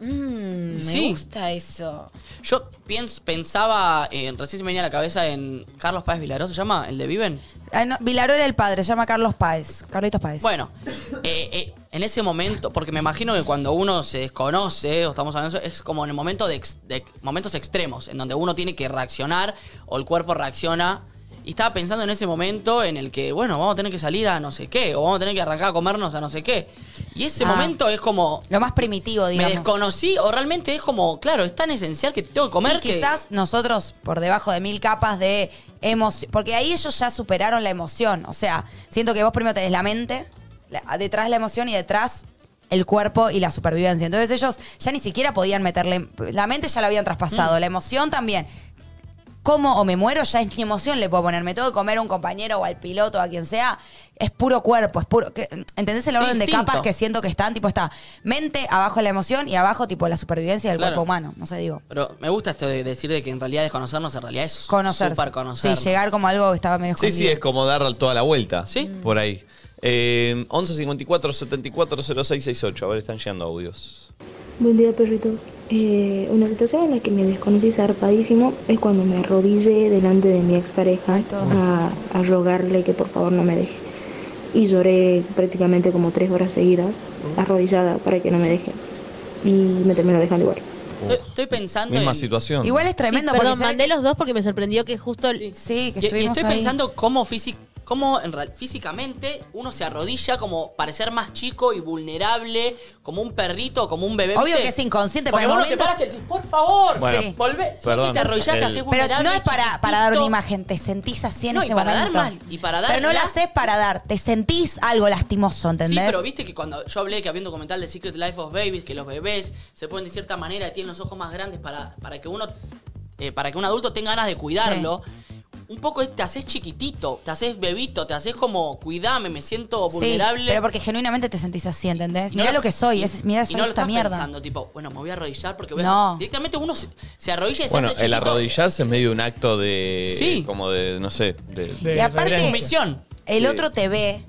Speaker 5: Mm, me
Speaker 4: Sí.
Speaker 5: gusta eso.
Speaker 4: Yo pienso, pensaba, eh, recién se me venía a la cabeza en Carlos Páez Vilaró, ¿se llama? ¿El de Viven?
Speaker 2: Ah, no, Vilaró era el padre, se llama Carlos Páez. Carlitos Páez.
Speaker 4: Bueno, eh, eh, en ese momento, porque me imagino que cuando uno se desconoce, o estamos hablando, de eso, es como en el momento de, ex- de momentos extremos, en donde uno tiene que reaccionar o el cuerpo reacciona. Y estaba pensando en ese momento en el que, bueno, vamos a tener que salir a no sé qué, o vamos a tener que arrancar a comernos a no sé qué. Y ese
Speaker 2: Ah.
Speaker 4: momento es como,
Speaker 2: Lo más primitivo,
Speaker 4: me
Speaker 2: digamos.
Speaker 4: desconocí, o realmente es como, claro, es tan esencial que tengo que comer
Speaker 2: Y
Speaker 4: que-
Speaker 2: quizás nosotros por debajo de mil capas de emoción, porque ahí ellos ya superaron la emoción, o sea, siento que vos primero tenés la mente, la- detrás la emoción y detrás el cuerpo y la supervivencia. Entonces ellos ya ni siquiera podían meterle, la mente ya la habían
Speaker 4: Mm.
Speaker 2: traspasado, la emoción también. Como o me muero ya es mi emoción, le puedo ponerme todo, comer a un compañero o al piloto o a quien sea, es puro cuerpo, es puro... que- ¿Entendés el
Speaker 4: Sí,
Speaker 2: orden de
Speaker 4: instinto.
Speaker 2: capas que siento que están? Tipo está mente, abajo la emoción y abajo tipo la supervivencia del
Speaker 4: Claro.
Speaker 2: cuerpo humano, no sé, digo.
Speaker 4: Pero me gusta esto de decir de que en realidad desconocernos en realidad es
Speaker 2: conocer.
Speaker 4: súper conocer.
Speaker 2: Sí, llegar como algo que estaba medio
Speaker 1: Sí, sí,
Speaker 2: escondido.
Speaker 1: es como dar toda la vuelta.
Speaker 4: Sí.
Speaker 1: Por ahí. Eh, 11 54 74 06 68. A ver, están llegando audios.
Speaker 8: Buen día, perritos. Eh, una situación en la que me desconocí zarpadísimo es cuando me arrodillé delante de mi expareja a, a rogarle que por favor no me deje. Y lloré prácticamente como tres horas seguidas, arrodillada, para que no me deje. Y me terminó dejando igual.
Speaker 4: Estoy, estoy pensando
Speaker 1: Misma
Speaker 4: en-
Speaker 1: situación.
Speaker 2: Igual es
Speaker 7: Sí,
Speaker 2: tremendo
Speaker 7: perdón,
Speaker 2: porque sabe
Speaker 7: mandé
Speaker 2: que-
Speaker 7: los dos porque me sorprendió que justo... el-
Speaker 2: Sí, que
Speaker 4: Y, y
Speaker 2: estuvimos
Speaker 4: estoy
Speaker 2: ahí.
Speaker 4: pensando cómo, físic- cómo en real- físicamente uno se arrodilla como parecer más chico y vulnerable, como un perrito, como un bebé.
Speaker 2: Obvio
Speaker 4: ¿viste?
Speaker 2: que es inconsciente,
Speaker 4: Porque
Speaker 2: pero en
Speaker 4: vos
Speaker 2: el
Speaker 4: no te
Speaker 2: momento-
Speaker 4: paras y decís, por favor,
Speaker 1: Bueno,
Speaker 4: sí. volvé. Si
Speaker 1: perdón,
Speaker 4: no te arrodillaste,
Speaker 1: el-
Speaker 4: haces
Speaker 2: Pero
Speaker 4: vulnerable.
Speaker 2: no es para, para dar una imagen, te sentís así en
Speaker 4: No, y
Speaker 2: ese
Speaker 4: para dar
Speaker 2: momento.
Speaker 4: mal, y para dar
Speaker 2: pero no
Speaker 4: la-
Speaker 2: la haces para dar, te sentís algo lastimoso, ¿entendés?
Speaker 4: Sí, pero viste que cuando yo hablé que había un documental de Secret Life of Babies, que los bebés se ponen de cierta manera y tienen los ojos más grandes para, para que uno eh, para que un adulto tenga ganas de cuidarlo. Un poco es- te haces chiquitito, te haces bebito, te haces como cuidame, me siento
Speaker 2: Sí,
Speaker 4: vulnerable.
Speaker 2: pero porque genuinamente te sentís así, ¿entendés?
Speaker 4: Y
Speaker 2: Mirá
Speaker 4: no
Speaker 2: lo que soy,
Speaker 4: y-
Speaker 2: es, mirá
Speaker 4: y
Speaker 2: soy
Speaker 4: no lo
Speaker 2: esta
Speaker 4: estás
Speaker 2: mierda.
Speaker 4: pensando, tipo, bueno, me voy a arrodillar porque voy a...
Speaker 2: No.
Speaker 4: Directamente uno se, se arrodilla y
Speaker 1: Bueno,
Speaker 4: se hace
Speaker 1: el
Speaker 4: chiquito.
Speaker 1: arrodillarse es medio un acto de. eh,
Speaker 4: Sí.
Speaker 1: Como de, no sé. de-
Speaker 3: De
Speaker 2: Y aparte-
Speaker 3: reverencia.
Speaker 4: Sumisión.
Speaker 2: El
Speaker 1: Sí.
Speaker 2: otro te ve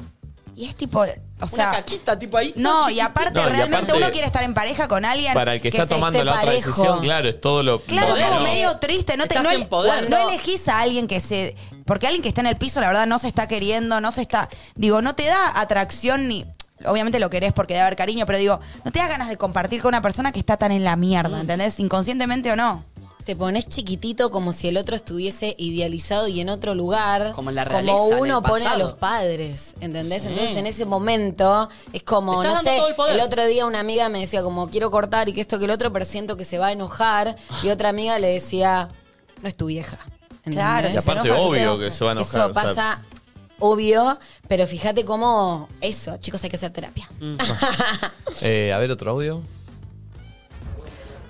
Speaker 2: y es tipo, o sea...
Speaker 4: una caquita, tipo ahí. todo
Speaker 2: No, y
Speaker 4: chiquito.
Speaker 2: aparte
Speaker 1: No, y
Speaker 2: realmente
Speaker 1: aparte-
Speaker 2: uno quiere estar en pareja con alguien
Speaker 1: para el que, está
Speaker 2: se
Speaker 1: tomando
Speaker 5: esté
Speaker 1: la otra
Speaker 5: parejo.
Speaker 1: decisión, claro, es todo lo.
Speaker 2: Claro,
Speaker 4: Poder,
Speaker 2: como
Speaker 4: ¿no?
Speaker 2: medio triste. No, te,
Speaker 4: Estás
Speaker 2: no,
Speaker 4: en poder.
Speaker 2: no elegís a alguien que se. Porque alguien que está en el piso, la verdad, no se está queriendo, no se está. Digo, no te da atracción ni. Obviamente lo querés porque debe haber cariño, pero digo, no te das ganas de compartir con una persona que está tan en la mierda, ¿entendés? Inconscientemente o no.
Speaker 5: Te pones chiquitito como si el otro estuviese idealizado y en otro lugar.
Speaker 4: Como en la
Speaker 5: Como
Speaker 4: realeza, en
Speaker 5: uno
Speaker 4: el
Speaker 5: pone a
Speaker 4: pasado.
Speaker 5: los padres, ¿entendés?
Speaker 4: Sí.
Speaker 5: Entonces en ese momento es como,
Speaker 4: Estás
Speaker 5: no
Speaker 4: dando
Speaker 5: sé,
Speaker 4: todo el poder.
Speaker 5: otro día una amiga me decía como quiero cortar y que esto que el otro, pero siento que se va a enojar. Y otra amiga le decía, no es tu vieja. ¿entendés?
Speaker 2: Claro,
Speaker 1: Y
Speaker 2: se
Speaker 1: aparte,
Speaker 2: enoja,
Speaker 1: obvio
Speaker 2: se-
Speaker 1: que se va a enojar.
Speaker 5: Eso
Speaker 1: o sea,
Speaker 5: pasa obvio, pero fíjate cómo eso, chicos, hay que hacer terapia.
Speaker 4: Mm.
Speaker 1: eh, a ver, otro audio.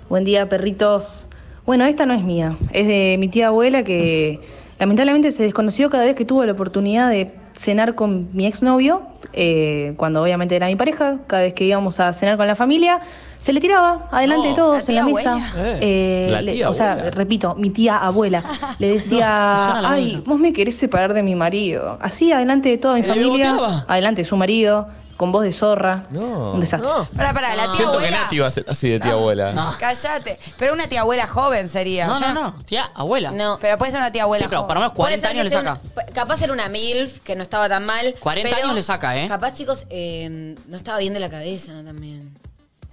Speaker 6: Buen día, perritos. Bueno, esta no es mía, es de mi tía abuela que lamentablemente se desconoció cada vez que tuvo la oportunidad de cenar con mi exnovio, eh, cuando obviamente era mi pareja, cada vez que íbamos a cenar con la familia, se le tiraba adelante
Speaker 1: No,
Speaker 6: de todos
Speaker 2: la
Speaker 6: en la
Speaker 2: tía
Speaker 6: mesa.
Speaker 1: abuela.
Speaker 6: Eh,
Speaker 1: La
Speaker 6: le-
Speaker 1: tía
Speaker 6: o sea,
Speaker 1: abuela.
Speaker 6: repito, mi tía abuela le
Speaker 4: me suena
Speaker 6: decía,
Speaker 4: la
Speaker 6: ay,
Speaker 4: abuela".
Speaker 6: vos me querés separar de mi marido. Así, adelante de toda mi
Speaker 4: ¿Le
Speaker 6: familia,
Speaker 4: beboteaba?
Speaker 6: adelante de su marido, con voz de zorra.
Speaker 1: No.
Speaker 6: Un desastre.
Speaker 2: Pará, pará, la tía
Speaker 1: Siento que
Speaker 2: abuela.
Speaker 1: Nati va a ser así de tía abuela.
Speaker 4: No.
Speaker 2: Cállate. Pero una tía abuela joven sería.
Speaker 4: No,
Speaker 2: Yo
Speaker 4: no, no. Tía, abuela.
Speaker 5: No.
Speaker 2: Pero puede ser una tía abuela
Speaker 4: Sí, pero
Speaker 2: joven.
Speaker 4: para más
Speaker 5: Puede
Speaker 4: 40
Speaker 5: ser que
Speaker 4: Ah, años le
Speaker 5: sea
Speaker 4: saca.
Speaker 5: una- capaz era una MILF, que no estaba tan mal.
Speaker 4: 40
Speaker 5: pero
Speaker 4: años le saca, ¿eh?
Speaker 5: Capaz, chicos, eh, no estaba bien de la cabeza también.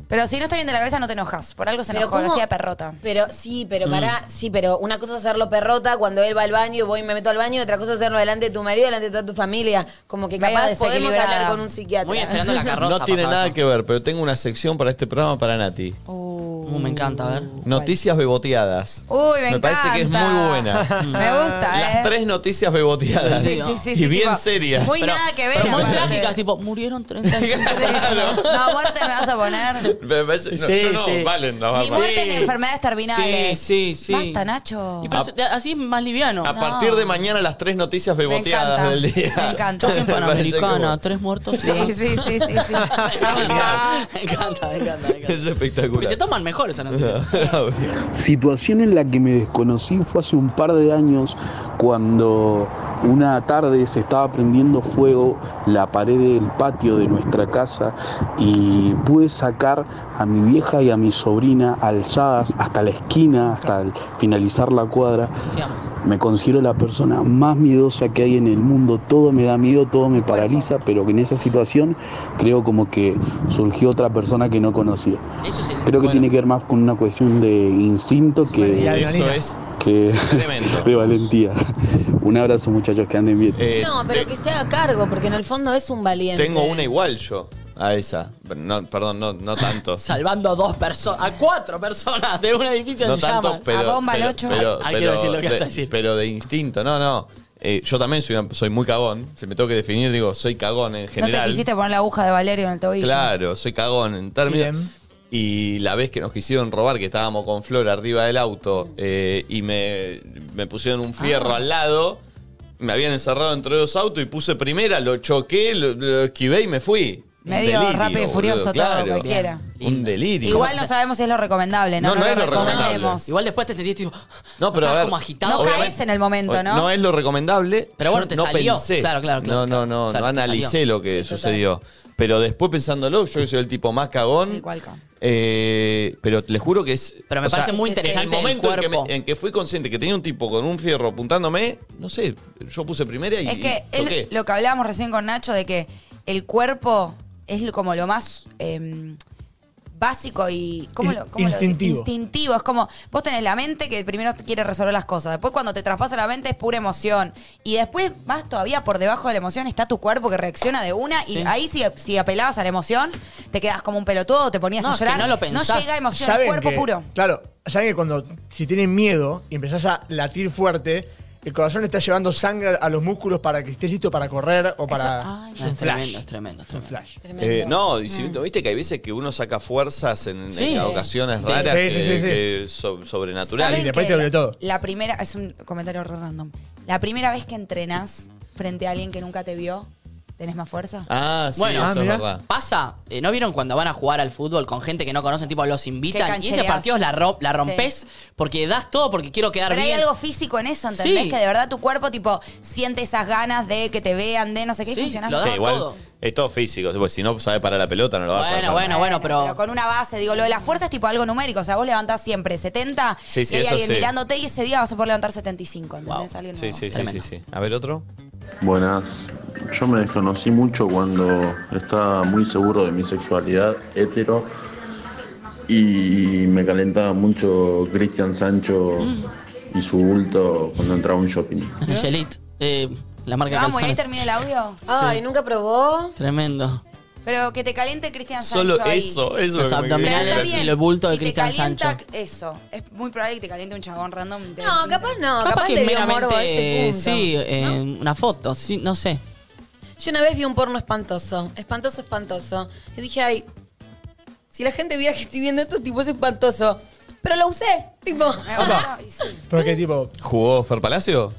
Speaker 2: Pero si no está bien de la cabeza, no te enojas. Por algo se enojó, lo
Speaker 5: ¿cómo?
Speaker 2: hacía perrota.
Speaker 5: Pero sí,
Speaker 4: Mm.
Speaker 5: pero pará, sí, pero una cosa es hacerlo perrota cuando él va al baño y voy y me meto al baño, y otra cosa es hacerlo delante de tu marido, delante de toda tu familia. Como que
Speaker 2: Medio
Speaker 5: capaz podemos
Speaker 2: desequilibrada.
Speaker 5: hablar con un psiquiatra.
Speaker 4: Muy esperando la carroza.
Speaker 1: no tiene
Speaker 4: pasaba
Speaker 1: nada
Speaker 4: eso.
Speaker 1: que ver, pero tengo una sección para este programa para Nati.
Speaker 4: Uh, me encanta, a ver.
Speaker 1: Noticias beboteadas.
Speaker 2: Uy, me,
Speaker 1: Me parece que es
Speaker 2: encanta.
Speaker 1: muy buena.
Speaker 2: me gusta,
Speaker 1: Las
Speaker 2: ¿eh?
Speaker 1: tres noticias beboteadas.
Speaker 4: Sí, sí,
Speaker 2: sí,
Speaker 1: y
Speaker 2: sí,
Speaker 1: bien
Speaker 2: tipo,
Speaker 1: serias.
Speaker 2: muy-
Speaker 1: Pero-
Speaker 2: nada que ver,
Speaker 4: Pero muy
Speaker 2: aparte.
Speaker 4: trágicas, tipo, murieron 35.
Speaker 2: Sí. No, muerte me vas a poner.
Speaker 1: pero me parece- no,
Speaker 3: Sí,
Speaker 1: yo no,
Speaker 3: sí.
Speaker 1: valen las
Speaker 2: Ni
Speaker 1: barbas.
Speaker 2: muerte ni enfermedades terminales.
Speaker 4: Sí, sí, sí.
Speaker 2: Basta, Nacho.
Speaker 4: Y pero se- así es más liviano.
Speaker 1: A partir de mañana las tres noticias beboteadas
Speaker 2: encanta.
Speaker 1: del día.
Speaker 2: Me encanta.
Speaker 1: Me parece
Speaker 4: Panamericana,
Speaker 1: como-
Speaker 4: tres muertos.
Speaker 2: Sí, sí, sí, sí, sí.
Speaker 4: Me encanta, me
Speaker 1: Es
Speaker 4: encanta, me encanta. Porque se
Speaker 1: espectacular.
Speaker 4: toman mejor esa noticia.
Speaker 9: Situación en la que me desconocí fue hace un par de años cuando una tarde se estaba prendiendo fuego la pared del patio de nuestra casa y pude sacar a mi vieja y a mi sobrina alzadas hasta la esquina, hasta el finalizar la cuadra.
Speaker 4: Decíamos.
Speaker 9: Me considero la persona más miedosa que hay en el mundo. Todo me da miedo, todo me paraliza, pero en esa situación creo como que surgió otra persona que no conocía.
Speaker 4: Eso es el.
Speaker 9: Creo que
Speaker 4: bueno.
Speaker 9: tiene que ver más con una cuestión de instinto
Speaker 3: bien.
Speaker 9: que,
Speaker 1: Eso es
Speaker 9: que
Speaker 1: tremendo.
Speaker 9: de valentía. Un abrazo muchachos, que anden bien.
Speaker 1: Eh,
Speaker 5: No, pero
Speaker 1: te-
Speaker 5: que se haga cargo, porque en el fondo es un valiente.
Speaker 1: Tengo una igual yo a esa. Pero No, perdón, no, no tanto.
Speaker 4: Salvando a dos personas, a cuatro personas de un edificio
Speaker 1: No
Speaker 4: en
Speaker 1: tanto,
Speaker 4: llamas.
Speaker 1: pero.
Speaker 2: A bomba al
Speaker 1: pero-
Speaker 2: ocho.
Speaker 1: pero-
Speaker 4: Ah,
Speaker 1: pero
Speaker 4: quiero decir lo que
Speaker 1: de-
Speaker 4: vas a decir.
Speaker 1: Pero de instinto, no, no. Eh, yo también soy, una- soy muy cagón. Si me tengo que definir, digo, soy cagón en
Speaker 2: No
Speaker 1: general.
Speaker 2: te quisiste poner la aguja de Valerio en el tobillo.
Speaker 1: Claro, soy cagón en términos.
Speaker 3: Bien.
Speaker 1: Y la vez que nos quisieron robar, que estábamos con Flor arriba del auto, eh, y me, me pusieron un fierro
Speaker 2: Ah.
Speaker 1: al lado, me habían encerrado entre dos autos y puse primera, lo choqué, lo, lo esquivé y me fui. Un
Speaker 2: Medio
Speaker 1: delirio,
Speaker 2: rápido y
Speaker 1: boludo,
Speaker 2: furioso todo,
Speaker 1: claro.
Speaker 2: cualquiera.
Speaker 1: Un delirio.
Speaker 2: Igual no sabemos si es lo recomendable, ¿no?
Speaker 1: No, no es lo
Speaker 2: recomendemos.
Speaker 4: Igual después te sentís tipo.
Speaker 1: No, pero a
Speaker 4: estabas
Speaker 1: ver,
Speaker 4: como agitado.
Speaker 2: No caes
Speaker 1: obviamente-
Speaker 2: en el momento, ¿no?
Speaker 1: No es lo recomendable.
Speaker 4: Pero bueno,
Speaker 1: Yo
Speaker 4: te
Speaker 1: no
Speaker 4: salió.
Speaker 1: Pensé.
Speaker 4: Claro, claro, claro,
Speaker 1: No, no,
Speaker 4: claro.
Speaker 1: no,
Speaker 4: Claro,
Speaker 1: no
Speaker 4: te
Speaker 1: analicé
Speaker 4: salió.
Speaker 1: lo que sucedió. Pero después pensándolo, yo que soy el tipo más cagón.
Speaker 2: Sí, cual cagón.
Speaker 1: eh, pero les juro que es.
Speaker 4: Pero me
Speaker 1: o sea,
Speaker 4: parece muy
Speaker 5: sí, sí.
Speaker 1: en el
Speaker 4: interesante el,
Speaker 1: momento en que,
Speaker 4: cuerpo.
Speaker 1: me- en que fui consciente que tenía un tipo con un fierro apuntándome, no sé, yo puse primera y.
Speaker 2: Es que
Speaker 1: y
Speaker 2: él-
Speaker 1: choqué.
Speaker 2: lo que hablábamos recién con Nacho de que el cuerpo es lo- como lo más eh, básico y ¿cómo lo, cómo lo decís?
Speaker 3: Instintivo.
Speaker 2: instintivo. Es como vos tenés la mente que primero quiere resolver las cosas, después cuando te traspasa la mente es pura emoción y después más todavía por debajo de la emoción está tu cuerpo que reacciona de una
Speaker 4: Sí.
Speaker 2: y ahí si, si apelabas a la emoción te quedas como un pelotudo, te ponías
Speaker 4: No,
Speaker 2: a
Speaker 4: es que
Speaker 2: llorar,
Speaker 4: no lo pensás.
Speaker 2: llega emoción, es
Speaker 3: ¿Saben
Speaker 2: cuerpo
Speaker 3: que-
Speaker 2: puro.
Speaker 3: Claro, saben que cuando si tienen miedo y empezás a latir fuerte, el corazón está llevando sangre a los músculos para que estés listo para correr o para.
Speaker 2: ay,
Speaker 3: Es
Speaker 4: No,
Speaker 3: un
Speaker 4: es
Speaker 3: flash.
Speaker 4: tremendo, es tremendo, es
Speaker 3: Es un flash.
Speaker 4: tremendo.
Speaker 1: Eh, no,
Speaker 2: Mm.
Speaker 1: y si- viste que hay veces que uno saca fuerzas en, en
Speaker 4: Sí.
Speaker 1: ocasiones
Speaker 3: Sí.
Speaker 1: raras
Speaker 3: Sí, sí,
Speaker 1: que-
Speaker 3: sí, sí.
Speaker 1: que so- sobrenaturales.
Speaker 2: ¿Saben
Speaker 3: Y después
Speaker 2: que
Speaker 3: te duele
Speaker 2: la-
Speaker 3: todo.
Speaker 2: La primera, es un comentario re random. La primera vez que entrenás frente a alguien que nunca te vio, ¿tenés más fuerza?
Speaker 1: Ah, sí,
Speaker 4: Bueno,
Speaker 1: eso
Speaker 3: ah,
Speaker 1: es
Speaker 3: mirá.
Speaker 1: verdad.
Speaker 4: Pasa, eh, ¿no vieron cuando van a jugar al fútbol con gente que no conocen? Tipo, los invitan y ese
Speaker 2: canchereas.
Speaker 4: partido la, ro- la rompes porque das todo porque quiero quedar
Speaker 2: Pero hay
Speaker 4: bien.
Speaker 2: algo físico en eso, ¿entendés?
Speaker 4: Sí.
Speaker 2: Que de verdad tu cuerpo, tipo, siente esas ganas de que te vean, de no sé qué, y
Speaker 4: Sí,
Speaker 2: funcionás
Speaker 4: lo
Speaker 2: más.
Speaker 1: Sí,
Speaker 4: daba
Speaker 1: igual
Speaker 4: todo.
Speaker 1: es Ah, todo físico. porque si no sabe parar la pelota, no lo vas a
Speaker 4: Bueno,
Speaker 1: sacar.
Speaker 4: bueno, bueno, pero.
Speaker 2: con una base, digo, lo de la fuerza es tipo algo numérico, o sea, vos levantás siempre 70
Speaker 1: Sí, sí,
Speaker 2: y hay
Speaker 1: eso
Speaker 2: alguien
Speaker 1: sí.
Speaker 2: mirándote y ese día vas a poder levantar 75, ¿entendés?
Speaker 4: Wow.
Speaker 2: Alguien
Speaker 1: Sí,
Speaker 2: nuevo.
Speaker 1: sí, sí, sí,
Speaker 4: Tremendo.
Speaker 1: sí. A ver otro.
Speaker 10: Buenas, yo me desconocí mucho cuando estaba muy seguro de mi sexualidad hetero y me calentaba mucho Cristian Sancho y su bulto cuando entraba a un shopping.
Speaker 4: Angelit, eh, la marca de
Speaker 2: Vamos, y ahí
Speaker 4: calzones.
Speaker 2: termina el audio.
Speaker 5: Ay, nunca probó.
Speaker 4: Tremendo.
Speaker 2: Pero que te caliente Cristian Sancho
Speaker 1: Solo
Speaker 2: ahí.
Speaker 1: eso, eso.
Speaker 4: Los
Speaker 1: que me
Speaker 4: abdominales
Speaker 1: quería
Speaker 2: Pero está
Speaker 1: decir.
Speaker 4: y
Speaker 2: bien.
Speaker 4: lo bulto de
Speaker 2: Si te
Speaker 4: Cristian
Speaker 2: calienta
Speaker 4: Sancho.
Speaker 2: Eso. Es muy probable que te caliente un chabón random. de
Speaker 5: No,
Speaker 2: pinta.
Speaker 5: capaz no, capaz, le dio morbo a ese
Speaker 4: eh,
Speaker 5: punto.
Speaker 4: sí, eh, una foto, sí, no sé.
Speaker 5: Yo una vez vi un porno espantoso, espantoso, espantoso. Y dije, ay, si la gente viera que estoy viendo esto, tipo, es espantoso. Pero lo usé, tipo,
Speaker 2: Me
Speaker 4: Ah,
Speaker 2: gusta, y sí.
Speaker 3: Pero que tipo,
Speaker 1: ¿Jugó Fer Palacio?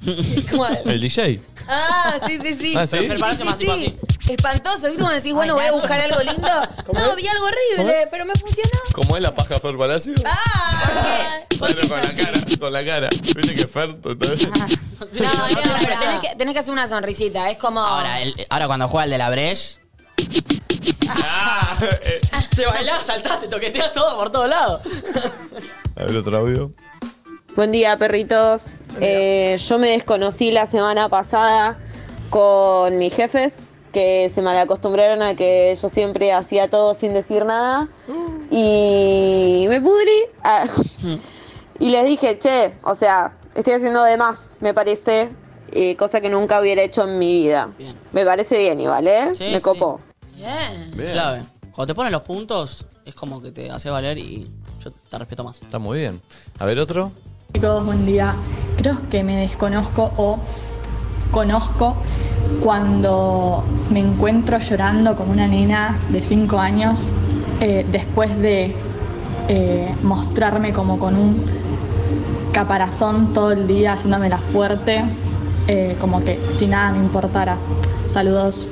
Speaker 5: igual.
Speaker 1: ¿El DJ?
Speaker 5: Ah, sí, sí, sí.
Speaker 1: Ah, ¿sí?
Speaker 5: Sí,
Speaker 1: Pero
Speaker 4: parece
Speaker 5: sí,
Speaker 4: más tipo
Speaker 5: sí. Espantoso, ¿viste? Cuando decís, bueno,
Speaker 2: Ay,
Speaker 5: voy a
Speaker 2: Nacho.
Speaker 5: buscar algo lindo. No, vi algo horrible, pero me funcionó.
Speaker 1: ¿Cómo es la paja Fer Palacio?
Speaker 4: Ah,
Speaker 5: Ah,
Speaker 1: Bueno, con la cara, con la cara. Viste que Fer total.
Speaker 5: no, no, pero tenés que, tenés que hacer una sonrisita. Es como.
Speaker 4: Ahora, el- ahora cuando juega el de la Breche.
Speaker 1: Ah, eh.
Speaker 4: Te bailás, saltás, te toqueteas todo por todos lados.
Speaker 1: A ver otro audio.
Speaker 11: Buen día, perritos. Eh, yo me desconocí la semana pasada con mis jefes, que se malacostumbraron a que yo siempre hacía todo sin decir nada.
Speaker 4: Uh.
Speaker 11: Y me pudrí. Ah, y les dije, che, o sea, estoy haciendo de más, me parece, eh, cosa que nunca hubiera hecho en mi vida. Me parece bien igual, ¿eh?
Speaker 4: Sí,
Speaker 11: me
Speaker 4: sí.
Speaker 11: copó.
Speaker 4: Clave. Cuando te ponen los puntos, es como que te hace valer y yo te respeto más.
Speaker 1: Está muy bien. A ver otro.
Speaker 12: Chicos, buen día. Creo que me desconozco o conozco cuando me encuentro llorando como una nena de 5 años eh, después de eh, mostrarme como con un caparazón todo el día haciéndome la fuerte, eh, como que si nada me importara. Saludos.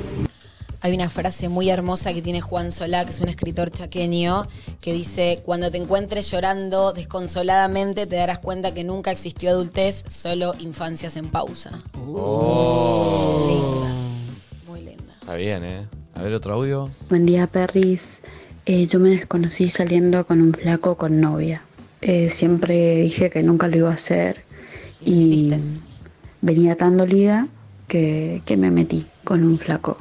Speaker 5: Hay una frase muy hermosa que tiene Juan Solá, que es un escritor chaqueño, que dice, cuando te encuentres llorando desconsoladamente, te darás cuenta que nunca existió adultez, solo infancias en pausa.
Speaker 1: Uh. Oh,
Speaker 4: Oh.
Speaker 1: Está bien, ¿eh? A ver otro audio.
Speaker 13: Buen día, Perris. Eh, yo me desconocí saliendo con un flaco con novia. Eh, siempre dije que nunca lo iba a hacer y venía tan dolida que, que me metí con un flaco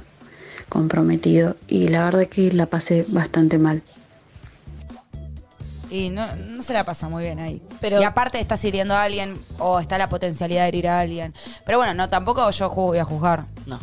Speaker 13: comprometido y la verdad que la pasé bastante mal.
Speaker 2: Y no, no se la pasa muy bien ahí. y aparte estás hiriendo a alguien o está la potencialidad de herir a alguien. Pero bueno, no, tampoco yo ju- voy a juzgar.
Speaker 4: No.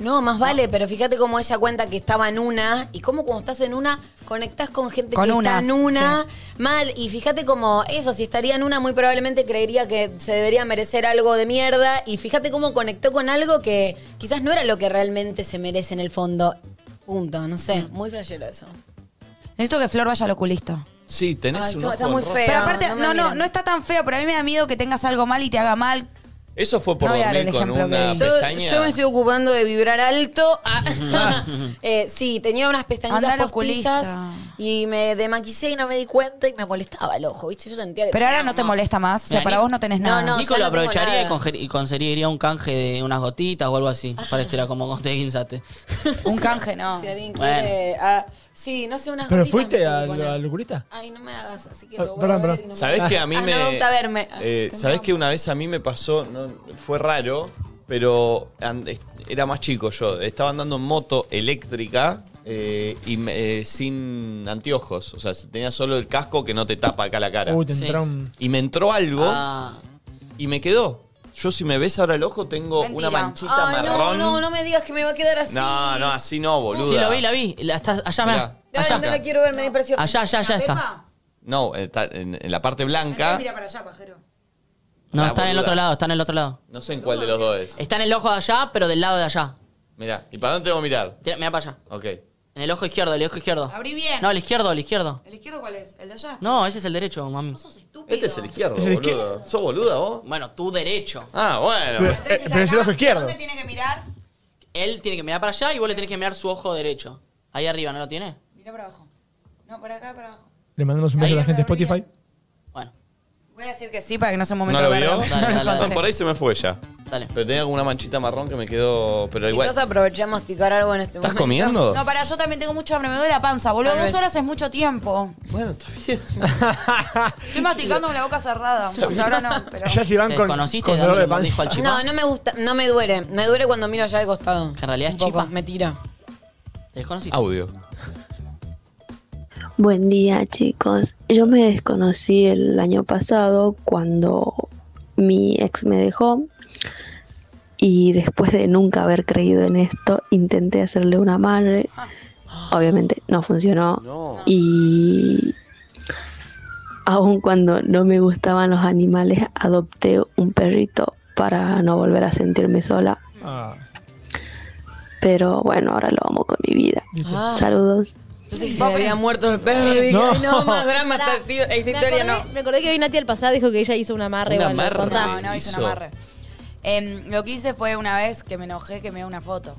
Speaker 5: No, más vale, pero fíjate cómo ella cuenta que estaba en una y cómo cuando estás en una conectás con gente
Speaker 2: Con
Speaker 5: que
Speaker 2: unas,
Speaker 5: está en una mal y fíjate cómo eso, si estaría en una muy probablemente creería que se debería merecer algo de mierda y fíjate cómo conectó con algo que quizás no era lo que realmente se merece en el fondo. Punto, no sé,
Speaker 2: Mm.
Speaker 5: muy flashero eso.
Speaker 2: Necesito que Flor vaya al oculista.
Speaker 1: Sí,
Speaker 2: Ah,
Speaker 1: tenés
Speaker 5: Ay,
Speaker 1: un
Speaker 5: está- está
Speaker 1: ojo
Speaker 5: muy
Speaker 1: rojo.
Speaker 5: feo.
Speaker 2: Pero aparte,
Speaker 5: no me
Speaker 2: no, no,
Speaker 5: miren.
Speaker 2: no está tan feo, pero a mí me da miedo que tengas algo mal y te haga mal.
Speaker 1: Eso fue por
Speaker 2: No voy a dar
Speaker 1: dormir
Speaker 2: el
Speaker 1: con
Speaker 2: ejemplo que
Speaker 1: una
Speaker 2: di.
Speaker 5: Yo,
Speaker 1: pestaña.
Speaker 5: yo me estoy ocupando de vibrar alto. Ah, eh, sí, tenía unas
Speaker 2: Anda
Speaker 5: pestañitas
Speaker 2: al
Speaker 5: postizas
Speaker 2: oculista.
Speaker 5: y me demaquillé y no me di cuenta y me molestaba el ojo, ¿viste? Yo sentía que
Speaker 2: Pero ahora
Speaker 5: tenía
Speaker 2: no te
Speaker 5: como-
Speaker 2: molesta más. O sea,
Speaker 4: Mira,
Speaker 2: para
Speaker 4: Nico-
Speaker 2: vos no tenés nada.
Speaker 4: Nico lo
Speaker 5: ya no tengo
Speaker 4: aprovecharía y,
Speaker 5: nada.
Speaker 4: conge- y conseguiría un canje de unas gotitas o algo así. Para este era como con te guinzaste.
Speaker 2: Un canje, no.
Speaker 5: Si alguien quiere. ah, sí, no sé, unas
Speaker 4: Pero
Speaker 5: gotitas
Speaker 4: fuiste
Speaker 5: me tengo que
Speaker 4: al-
Speaker 5: poner.
Speaker 4: al oculista.
Speaker 5: Ay, no me hagas, así que
Speaker 3: Ah,
Speaker 5: lo voy
Speaker 3: perdón,
Speaker 5: a ver
Speaker 3: perdón.
Speaker 5: y no me-
Speaker 1: ¿Sabés que a mí
Speaker 5: Ah,
Speaker 1: me.
Speaker 5: No me gusta verme. Ah,
Speaker 1: eh,
Speaker 5: que me-
Speaker 1: ¿Sabés que una vez a mí me pasó? No, fue raro, pero and- est- era más chico yo. Estaba andando en moto eléctrica eh, y me- eh, sin anteojos. O sea, tenía solo el casco que no te tapa acá la cara.
Speaker 3: Uy, te entra un-
Speaker 1: Y me entró algo
Speaker 5: Ah.
Speaker 4: Ah,
Speaker 1: y me quedó. Yo, si me ves ahora el ojo, tengo una manchita
Speaker 5: Ay, no,
Speaker 1: marrón.
Speaker 5: no, no me digas que me va a quedar así.
Speaker 1: No, no, así no, boludo.
Speaker 4: Sí, la vi, la vi. La estás, allá, mirá.
Speaker 5: Ay,
Speaker 4: Allá.
Speaker 5: no la quiero ver, me di presión.
Speaker 4: Allá, allá, allá está.
Speaker 5: Pepa.
Speaker 1: No, está en, en la parte blanca.
Speaker 5: Mira para allá, pajero.
Speaker 4: No,
Speaker 1: Ah,
Speaker 4: está en el
Speaker 1: boluda.
Speaker 4: otro lado, está en el otro lado.
Speaker 1: No sé en cuál de los dos es.
Speaker 4: Está en el ojo de allá, pero del lado de allá.
Speaker 1: Mirá, ¿y para dónde tengo que mirar?
Speaker 4: Tira- Mirá para allá.
Speaker 1: Ok.
Speaker 4: En el ojo izquierdo, el ojo izquierdo.
Speaker 2: Abrí bien.
Speaker 4: No, el izquierdo, el izquierdo.
Speaker 2: ¿El izquierdo cuál es? ¿El de
Speaker 3: Eh,
Speaker 2: allá?
Speaker 4: No, ese es el derecho, mami.
Speaker 1: Este es el izquierdo, boludo. ¿Sos boluda vos?
Speaker 4: Bueno, tu derecho.
Speaker 1: Ah, bueno.
Speaker 3: Eh, pero es el ojo izquierdo.
Speaker 2: tiene que mirar?
Speaker 4: Él tiene que mirar para allá y vos le tenés que mirar su ojo derecho. Ahí arriba, ¿no lo tiene?
Speaker 2: Mira para abajo. No, para acá, para abajo.
Speaker 3: Le mandamos un beso a la
Speaker 2: Ahí,
Speaker 3: gente de Spotify.
Speaker 2: Voy a decir que sí para que no sea un
Speaker 1: ¿No
Speaker 2: momento
Speaker 1: lo
Speaker 2: de
Speaker 1: vio?
Speaker 2: verdad. No lo encontré.
Speaker 1: No, por ahí se me fue ya.
Speaker 4: Dale.
Speaker 1: Pero tenía como una manchita marrón que me quedó. Pero igual.
Speaker 5: Quizás aproveché a masticar algo en este
Speaker 1: ¿Estás
Speaker 5: momento.
Speaker 1: comiendo?
Speaker 2: No, para, yo también tengo mucho hambre, me duele la panza, boludo.
Speaker 5: Tal
Speaker 2: Dos
Speaker 5: vez.
Speaker 2: horas es mucho tiempo.
Speaker 1: Bueno, está bien.
Speaker 2: Estoy masticando con la boca cerrada. Hasta ahora no, pero.
Speaker 3: Allá si van
Speaker 4: ¿Te
Speaker 3: con,
Speaker 4: conociste
Speaker 3: con dolor
Speaker 4: dándole
Speaker 3: de
Speaker 4: un
Speaker 3: panza.
Speaker 4: mordisco al chipá?
Speaker 5: No, no me gusta, no me duele. Me duele cuando miro allá de costado.
Speaker 4: Que en realidad
Speaker 5: Un
Speaker 4: es
Speaker 5: poco,
Speaker 4: chipa.
Speaker 5: me tira.
Speaker 4: ¿Te desconociste?
Speaker 1: Audio.
Speaker 13: Buen día chicos, yo me desconocí el año pasado cuando mi ex me dejó y después de nunca haber creído en esto intenté hacerle una madre, obviamente no funcionó y aun cuando no me gustaban los animales adopté un perrito para no volver a sentirme sola,
Speaker 3: Ah,
Speaker 13: pero bueno, ahora lo amo con mi vida.
Speaker 5: Ah.
Speaker 13: Saludos.
Speaker 5: No sé si se le había muerto el perro y dije,
Speaker 13: No.
Speaker 5: "Ay, no, más drama esta, esta
Speaker 7: Me
Speaker 5: historia no.
Speaker 7: acordé- Me acordé que hoy Nati al pasado dijo que ella hizo un amarre.
Speaker 1: Un
Speaker 7: igual, lo
Speaker 1: amarre.
Speaker 7: contá.
Speaker 2: No, no, hice un
Speaker 1: Hizo.
Speaker 2: amarre. Em, lo que hice fue una vez que me enojé que me dio una foto.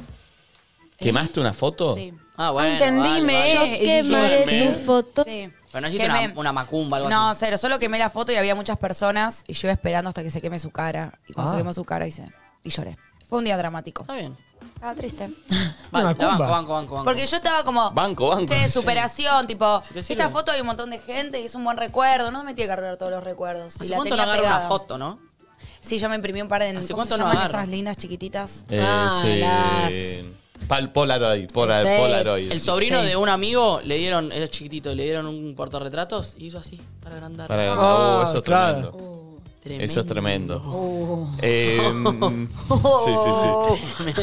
Speaker 1: ¿Quemaste una foto?
Speaker 2: Sí.
Speaker 4: Ah, bueno.
Speaker 5: Entendime,
Speaker 4: vale, vale.
Speaker 5: eh.
Speaker 7: Yo quemaré
Speaker 4: Dime.
Speaker 7: tu foto.
Speaker 2: Sí.
Speaker 4: Pero no hiciste una,
Speaker 2: Quemé.
Speaker 4: una macumba, algo
Speaker 2: No,
Speaker 4: así.
Speaker 2: cero, solo quemé la foto y había muchas personas
Speaker 1: Ah.
Speaker 2: y yo iba esperando hasta que se queme su cara. Y cuando se quemó su cara hice, y lloré. Fue un día dramático.
Speaker 4: Está bien.
Speaker 2: Estaba triste.
Speaker 4: Vale,
Speaker 2: Una
Speaker 4: la banco,
Speaker 2: cumba.
Speaker 4: banco, banco, banco.
Speaker 2: Porque yo estaba como.
Speaker 1: Banco, banco.
Speaker 2: Che, superación, tipo.
Speaker 4: te sirve.
Speaker 2: Esta foto hay un montón de gente y es un buen recuerdo. No me tiene que cargar todos los recuerdos. Y
Speaker 4: ¿Hace
Speaker 2: la
Speaker 4: cuánto no
Speaker 2: tenía
Speaker 4: agarro
Speaker 2: pegada.
Speaker 4: una foto, no?
Speaker 2: Sí, yo me imprimí un par de.
Speaker 4: ¿Hace
Speaker 2: ¿cómo
Speaker 4: cuánto
Speaker 2: se
Speaker 4: no
Speaker 2: llaman
Speaker 4: agarro?
Speaker 2: esas lindas chiquititas?
Speaker 1: Eh, sí. Pal- Polaroid, pola- Polaroid.
Speaker 4: El sobrino de un amigo le dieron, era chiquitito, le dieron un portarretratos y hizo así, para agrandar.
Speaker 1: Para-
Speaker 4: Ah,
Speaker 1: oh, eso es
Speaker 4: claro.
Speaker 1: tremendo. Eso es tremendo. Eh,
Speaker 4: Oh.
Speaker 1: sí, sí, sí.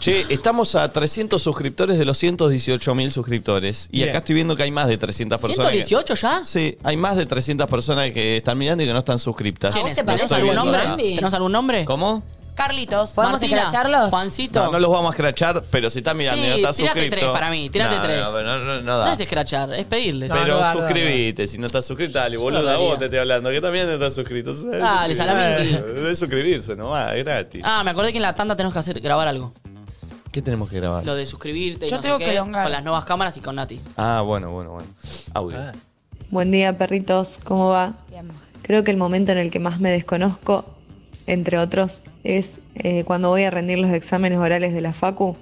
Speaker 1: Che, estamos a 300 suscriptores de los 118 mil suscriptores. Y
Speaker 4: Bien.
Speaker 1: acá estoy viendo que hay más de 300 personas. que-
Speaker 4: ¿118 ya?
Speaker 1: Sí, hay más de 300 personas que están mirando y que no están suscriptas.
Speaker 4: ¿Quiénes?
Speaker 1: No
Speaker 4: ¿Tenés
Speaker 1: estoy
Speaker 4: algún
Speaker 1: viendo
Speaker 4: nombre?
Speaker 1: nada.
Speaker 4: ¿Tenés algún nombre?
Speaker 1: ¿Cómo?
Speaker 2: Carlitos.
Speaker 13: ¿Podemos
Speaker 4: Martina,
Speaker 13: escracharlos?
Speaker 4: Juancito.
Speaker 1: No, no los vamos a escrachar, pero si están mirando y no
Speaker 4: Sí,
Speaker 1: están
Speaker 4: tírate
Speaker 1: suscriptos.
Speaker 4: tres para mí, tírate
Speaker 1: No,
Speaker 4: tres.
Speaker 1: No, pero no, no, no
Speaker 4: No
Speaker 1: da.
Speaker 4: es escrachar, es pedirles.
Speaker 1: pero suscribite, si no estás suscrito, dale,
Speaker 4: lo
Speaker 1: boludo,
Speaker 4: daría.
Speaker 1: vos te estoy hablando, que también no estás suscrito.
Speaker 4: Dale, Salaminqui.
Speaker 1: Debes suscribirse nomás, es gratis.
Speaker 4: Ah, me acordé que en la tanda tenemos que hacer, grabar algo.
Speaker 1: ¿Qué tenemos que grabar?
Speaker 4: Lo de suscribirte y
Speaker 2: Yo
Speaker 4: no
Speaker 2: tengo
Speaker 4: sé
Speaker 2: que
Speaker 4: qué,
Speaker 2: elongar.
Speaker 4: con las nuevas cámaras y con Nati.
Speaker 1: Ah, bueno, bueno, bueno. Audio.
Speaker 2: Ah.
Speaker 6: Buen día, perritos. ¿Cómo va? Creo que el momento en el que más me desconozco, entre otros, es eh, cuando voy a rendir los exámenes orales de la Facu.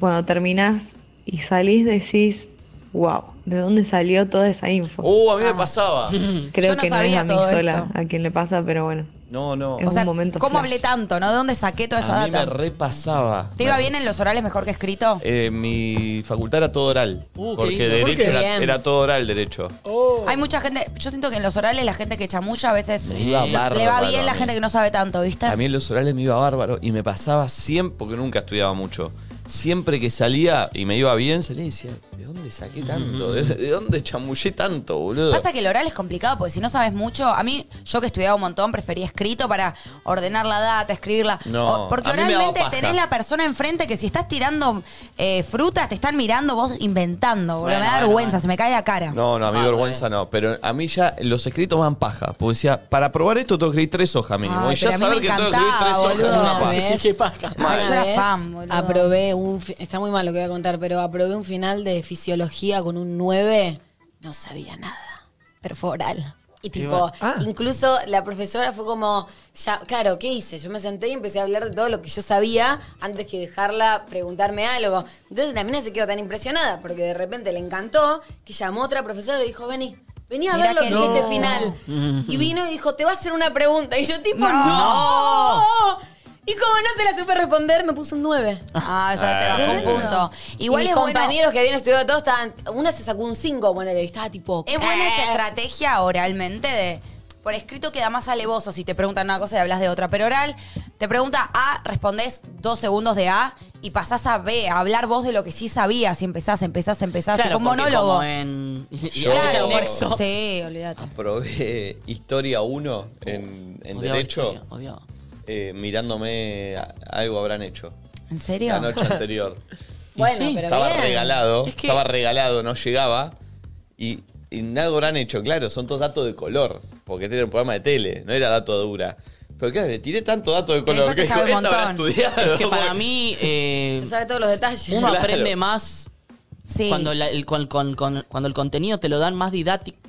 Speaker 6: Cuando terminás y salís, decís, wow, ¿de dónde salió toda esa info?
Speaker 1: Uh, a mí me pasaba.
Speaker 6: Creo
Speaker 2: Yo no
Speaker 6: que no es
Speaker 2: sabía
Speaker 6: a mí
Speaker 2: todo
Speaker 6: sola
Speaker 2: esto.
Speaker 6: a quien le pasa, pero bueno.
Speaker 1: No, no.
Speaker 6: Es
Speaker 2: O sea,
Speaker 6: un momento.
Speaker 2: ¿Cómo
Speaker 6: flash.
Speaker 2: hablé tanto, no? ¿De dónde saqué toda esa
Speaker 1: A mí me
Speaker 2: data?
Speaker 1: repasaba.
Speaker 2: ¿Te iba bien en los orales mejor que escrito?
Speaker 1: Eh, mi facultad era todo oral.
Speaker 2: Uh, qué
Speaker 1: porque
Speaker 2: lindo. ¿Por
Speaker 1: derecho
Speaker 2: qué?
Speaker 1: era,
Speaker 2: Bien.
Speaker 1: era todo oral, derecho.
Speaker 2: Hay mucha gente, yo siento que en los orales la gente que chamulla a veces
Speaker 1: Me iba
Speaker 2: le
Speaker 1: bárbaro
Speaker 2: va
Speaker 1: a
Speaker 2: bien la
Speaker 1: mí.
Speaker 2: gente que no sabe tanto, ¿viste?
Speaker 1: A mí en los orales me iba bárbaro y me pasaba siempre, porque nunca estudiaba mucho. Siempre que salía y me iba bien, salía y decía, ¿de dónde saqué tanto? ¿De, de dónde chamullé tanto, boludo?
Speaker 2: Pasa que el oral es complicado porque si no sabes mucho, a mí, yo que estudiaba un montón, prefería escrito para ordenar la data, escribirla.
Speaker 1: No,
Speaker 2: O- porque
Speaker 1: a mí me daba
Speaker 2: oralmente
Speaker 1: paja.
Speaker 2: tenés la persona enfrente que si estás tirando eh, frutas, te están mirando, vos inventando, boludo.
Speaker 1: Bueno,
Speaker 2: me da
Speaker 1: bueno,
Speaker 2: vergüenza, se me cae la cara.
Speaker 1: No, no, a mí vergüenza no. Pero a mí ya los escritos me dan paja. Porque decía, para probar esto tengo que escribir tres hojas mínimo.
Speaker 5: Ay,
Speaker 1: y ya
Speaker 5: pero a mí
Speaker 1: saber
Speaker 5: me
Speaker 1: que tengo que escribir tres
Speaker 5: encantaba,
Speaker 1: hojas es
Speaker 5: boludo. ¿eh?
Speaker 1: una
Speaker 5: Una
Speaker 1: paja.
Speaker 5: vez.
Speaker 1: Mal.
Speaker 5: Una vez aprobé un... fi- Está muy mal lo que voy a contar, pero aprobé un final de fisiología con un 9. No sabía nada, pero fue oral. Y tipo,
Speaker 13: bueno.
Speaker 1: ah.
Speaker 5: incluso la profesora fue como, ya, claro, ¿qué hice? Yo me senté y empecé a hablar de todo lo que yo sabía antes que dejarla preguntarme algo. Entonces la mina se quedó tan impresionada porque de repente le encantó que llamó a otra profesora y le dijo, vení, vení a
Speaker 13: Mirá
Speaker 5: ver lo
Speaker 13: qué
Speaker 5: que hiciste
Speaker 13: lindo.
Speaker 5: final. Y vino y dijo, te va a hacer una pregunta. Y yo tipo,
Speaker 13: No.
Speaker 5: no. Y como no se la supe responder, me puso un 9.
Speaker 2: Ah, eso te bajó un punto. Igual
Speaker 5: Igual
Speaker 2: es
Speaker 5: mis
Speaker 2: bueno-
Speaker 5: compañeros que habían estudiado todos estaban. Una se sacó un 5, ponele, y estaba tipo. "Eh".
Speaker 2: Es buena esa
Speaker 4: Eh.
Speaker 2: estrategia oralmente de. Por escrito queda más alevoso si te preguntan una cosa y hablas de otra, pero oral te pregunta A, respondés dos segundos de A y pasás a B, a hablar vos de lo que sí sabías y empezás, empezás, empezás,
Speaker 4: Claro,
Speaker 2: tipo un
Speaker 4: porque
Speaker 2: monólogo.
Speaker 4: como en- y- y
Speaker 1: Yo-
Speaker 4: haces el
Speaker 1: Claro,
Speaker 4: nexo.
Speaker 1: por-
Speaker 2: Sí, olvídate.
Speaker 1: Probé Historia 1 en, en
Speaker 4: Odiaba
Speaker 1: Derecho.
Speaker 4: historia, odiaba.
Speaker 1: eh, mirándome a- algo habrán hecho.
Speaker 2: ¿En serio?
Speaker 1: La noche anterior.
Speaker 5: Bueno, pero
Speaker 1: estaba
Speaker 5: bien.
Speaker 1: regalado,
Speaker 5: Es que-
Speaker 1: estaba regalado, no llegaba. Y, y algo habrán hecho, claro, son todos datos de color, porque este era un programa de tele, no era dato dura. Pero claro, le tiré tanto dato de color que,
Speaker 4: después te sabe
Speaker 1: dijo,
Speaker 4: un
Speaker 1: "Esta habrá
Speaker 4: montón".
Speaker 1: estudiado.
Speaker 4: Es que para
Speaker 1: porque-
Speaker 4: mí, eh,
Speaker 5: Se sabe todos los detalles.
Speaker 4: uno
Speaker 5: Claro.
Speaker 4: aprende más cuando, la- el, con- con- con- cuando el contenido te lo dan más didacti-
Speaker 2: Interesa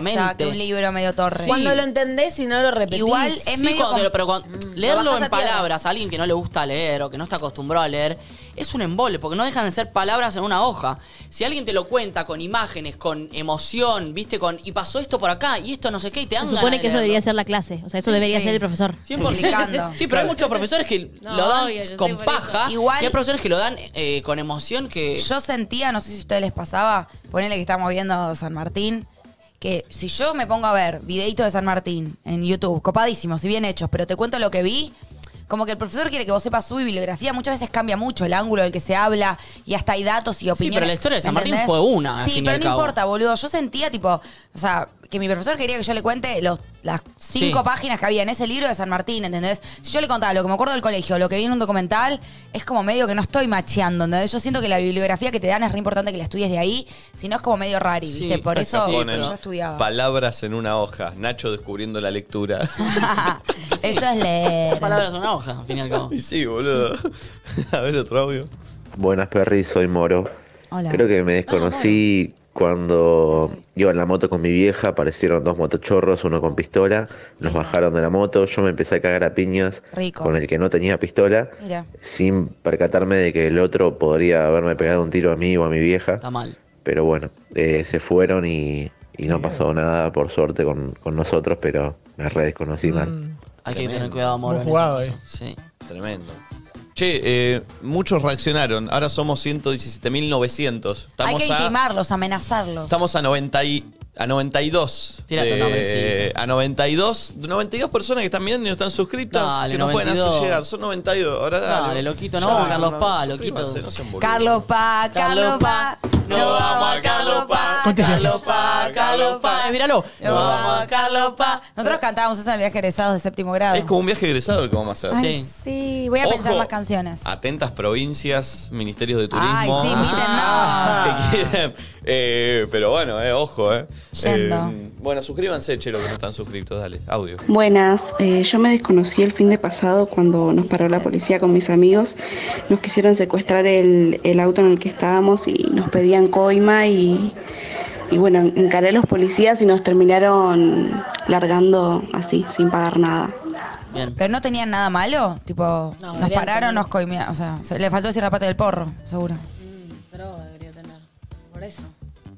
Speaker 4: didácticamente.
Speaker 2: que un libro medio torre.
Speaker 4: Sí. Cuando lo
Speaker 5: entendés y no lo repetís.
Speaker 2: Igual es
Speaker 4: Sí,
Speaker 2: medio.
Speaker 4: cuando te
Speaker 2: com- Mm,
Speaker 4: lo- pero cuando-
Speaker 2: lo
Speaker 4: leerlo
Speaker 2: bajás a
Speaker 4: en
Speaker 2: tierra.
Speaker 4: palabras a alguien que no le gusta leer o que no está acostumbrado a leer es un embole, porque no dejan de ser palabras en una hoja. Si alguien te lo cuenta con imágenes, con emoción, viste, con y pasó esto por acá y esto no sé qué, y te dan
Speaker 7: Se
Speaker 4: ganas
Speaker 7: supone
Speaker 4: de
Speaker 7: que eso
Speaker 4: leerlo.
Speaker 7: debería ser la clase. O sea, eso
Speaker 4: Sí,
Speaker 7: debería
Speaker 4: sí.
Speaker 7: ser el profesor.
Speaker 4: 100%. Sí, pero hay muchos profesores que
Speaker 7: No,
Speaker 4: lo dan
Speaker 7: obvio, yo sé
Speaker 4: con
Speaker 7: por
Speaker 4: paja
Speaker 2: eso. Igual-
Speaker 4: y hay profesores que lo dan eh, con emoción que...
Speaker 2: Yo sentía, no sé si a ustedes les pasaba, ponele que estamos viendo San Martín, que si yo me pongo a ver videitos de San Martín en YouTube, copadísimos y bien hechos, pero te cuento lo que vi, como que el profesor quiere que vos sepas su bibliografía, muchas veces cambia mucho el ángulo del que se habla y hasta hay datos y opiniones.
Speaker 4: pero la historia de San
Speaker 2: ¿me
Speaker 4: Martín
Speaker 2: entendés?
Speaker 4: fue una, al
Speaker 2: Sí,
Speaker 4: fin y
Speaker 2: pero
Speaker 4: al
Speaker 2: no
Speaker 4: cabo.
Speaker 2: importa, boludo. Yo sentía, tipo, o sea, que mi profesor quería que yo le cuente los, las cinco
Speaker 4: Sí.
Speaker 2: páginas que había en ese libro de San Martín, ¿entendés? Si yo le contaba lo que me acuerdo del colegio, lo que vi en un documental, es como medio que no estoy macheando, ¿entendés? Yo siento que la bibliografía que te dan es re importante que la estudies de ahí, si no es como medio rari, ¿viste? Por eso
Speaker 1: Sí, ponen
Speaker 2: yo estudiaba.
Speaker 1: Palabras en una hoja, Nacho descubriendo la lectura.
Speaker 2: Eso es leer.
Speaker 4: Son palabras en una hoja, al fin y al cabo.
Speaker 1: Y sí, boludo. A ver otro audio.
Speaker 5: Ah,
Speaker 10: Buenas, Perry, soy Moro. Creo que me desconocí Cuando iba en la moto con mi vieja, aparecieron dos motochorros, uno con pistola, nos bajaron de la moto, yo me empecé a cagar a piñas
Speaker 2: Rico.
Speaker 10: con el que no tenía pistola,
Speaker 2: Mira.
Speaker 10: sin percatarme de que el otro podría haberme pegado un tiro a mí o a mi vieja.
Speaker 4: Está mal.
Speaker 10: Pero bueno, eh, se fueron y, y no pasó nada, por suerte, con, con nosotros, pero me re desconocí mal.
Speaker 3: Mm.
Speaker 4: Hay que
Speaker 1: Tremendo.
Speaker 4: tener cuidado, amor.
Speaker 1: Buen jugado,
Speaker 4: Sí.
Speaker 1: Tremendo. Che, eh, muchos reaccionaron. Ahora somos 117.900.
Speaker 2: Hay
Speaker 1: Estamos
Speaker 2: que
Speaker 1: a
Speaker 2: intimarlos, amenazarlos.
Speaker 1: Estamos a 90 y- a 92.
Speaker 4: Tira tu
Speaker 1: de-
Speaker 4: nombrecito.
Speaker 1: A 92. 92 personas que están viendo y no están suscritas.
Speaker 4: Dale,
Speaker 1: que no pueden hacer
Speaker 4: 92.
Speaker 1: llegar. Son 92. Ahora dale.
Speaker 4: Dale, loquito, no
Speaker 1: Ya,
Speaker 4: vamos a Carlos
Speaker 1: no,
Speaker 4: Pa,
Speaker 1: suscríbanse,
Speaker 4: loquito.
Speaker 1: no sean boludos.
Speaker 2: Carlos Pa, Carlos Pa.
Speaker 4: No vamos a Carlos Pa, Carlos Pa, Carlos Pa. Míralo. No vamos a Carlos Pa.
Speaker 2: Nosotros cantábamos eso en el viaje egresados de séptimo grado.
Speaker 1: Es como un viaje egresado el que vamos a hacer.
Speaker 2: Ay, sí, voy a
Speaker 1: Ojo.
Speaker 2: pensar más canciones.
Speaker 1: Atentas provincias, ministerios de turismo.
Speaker 2: Ay, sí,
Speaker 1: que quieran. Eh, pero bueno, eh, ojo, eh.
Speaker 6: Yendo.
Speaker 1: Eh, bueno, suscríbanse, che, los que no están suscritos, dale, audio.
Speaker 6: Buenas, eh, yo me desconocí el fin de pasado cuando nos paró la policía con mis amigos. Nos quisieron secuestrar el, el auto en el que estábamos y nos pedían coima y, y bueno, encaré a los policías y nos terminaron largando así, sin pagar nada.
Speaker 2: Pero no tenían nada malo, tipo, nos
Speaker 14: deberían
Speaker 2: pararon,
Speaker 14: tener.
Speaker 2: nos coimían, o sea, se- le faltó decir la pata del porro, seguro.
Speaker 14: Droga Mm, debería tener. Por eso.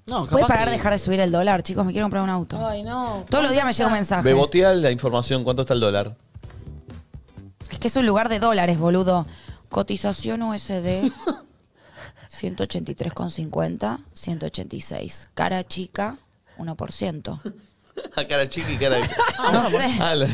Speaker 4: No,
Speaker 2: ¿Puedes parar de dejar de subir el dólar, chicos? Me quiero comprar un auto.
Speaker 14: Ay, no.
Speaker 2: Todos los días me llega un mensaje.
Speaker 1: Bebotea la información, ¿cuánto está el dólar?
Speaker 2: Es que es un lugar de dólares, boludo. Cotización USD 183,50, 186. Cara chica, 1%.
Speaker 1: A Ah, cara chica y cara.
Speaker 2: No sé.
Speaker 1: Ah, la-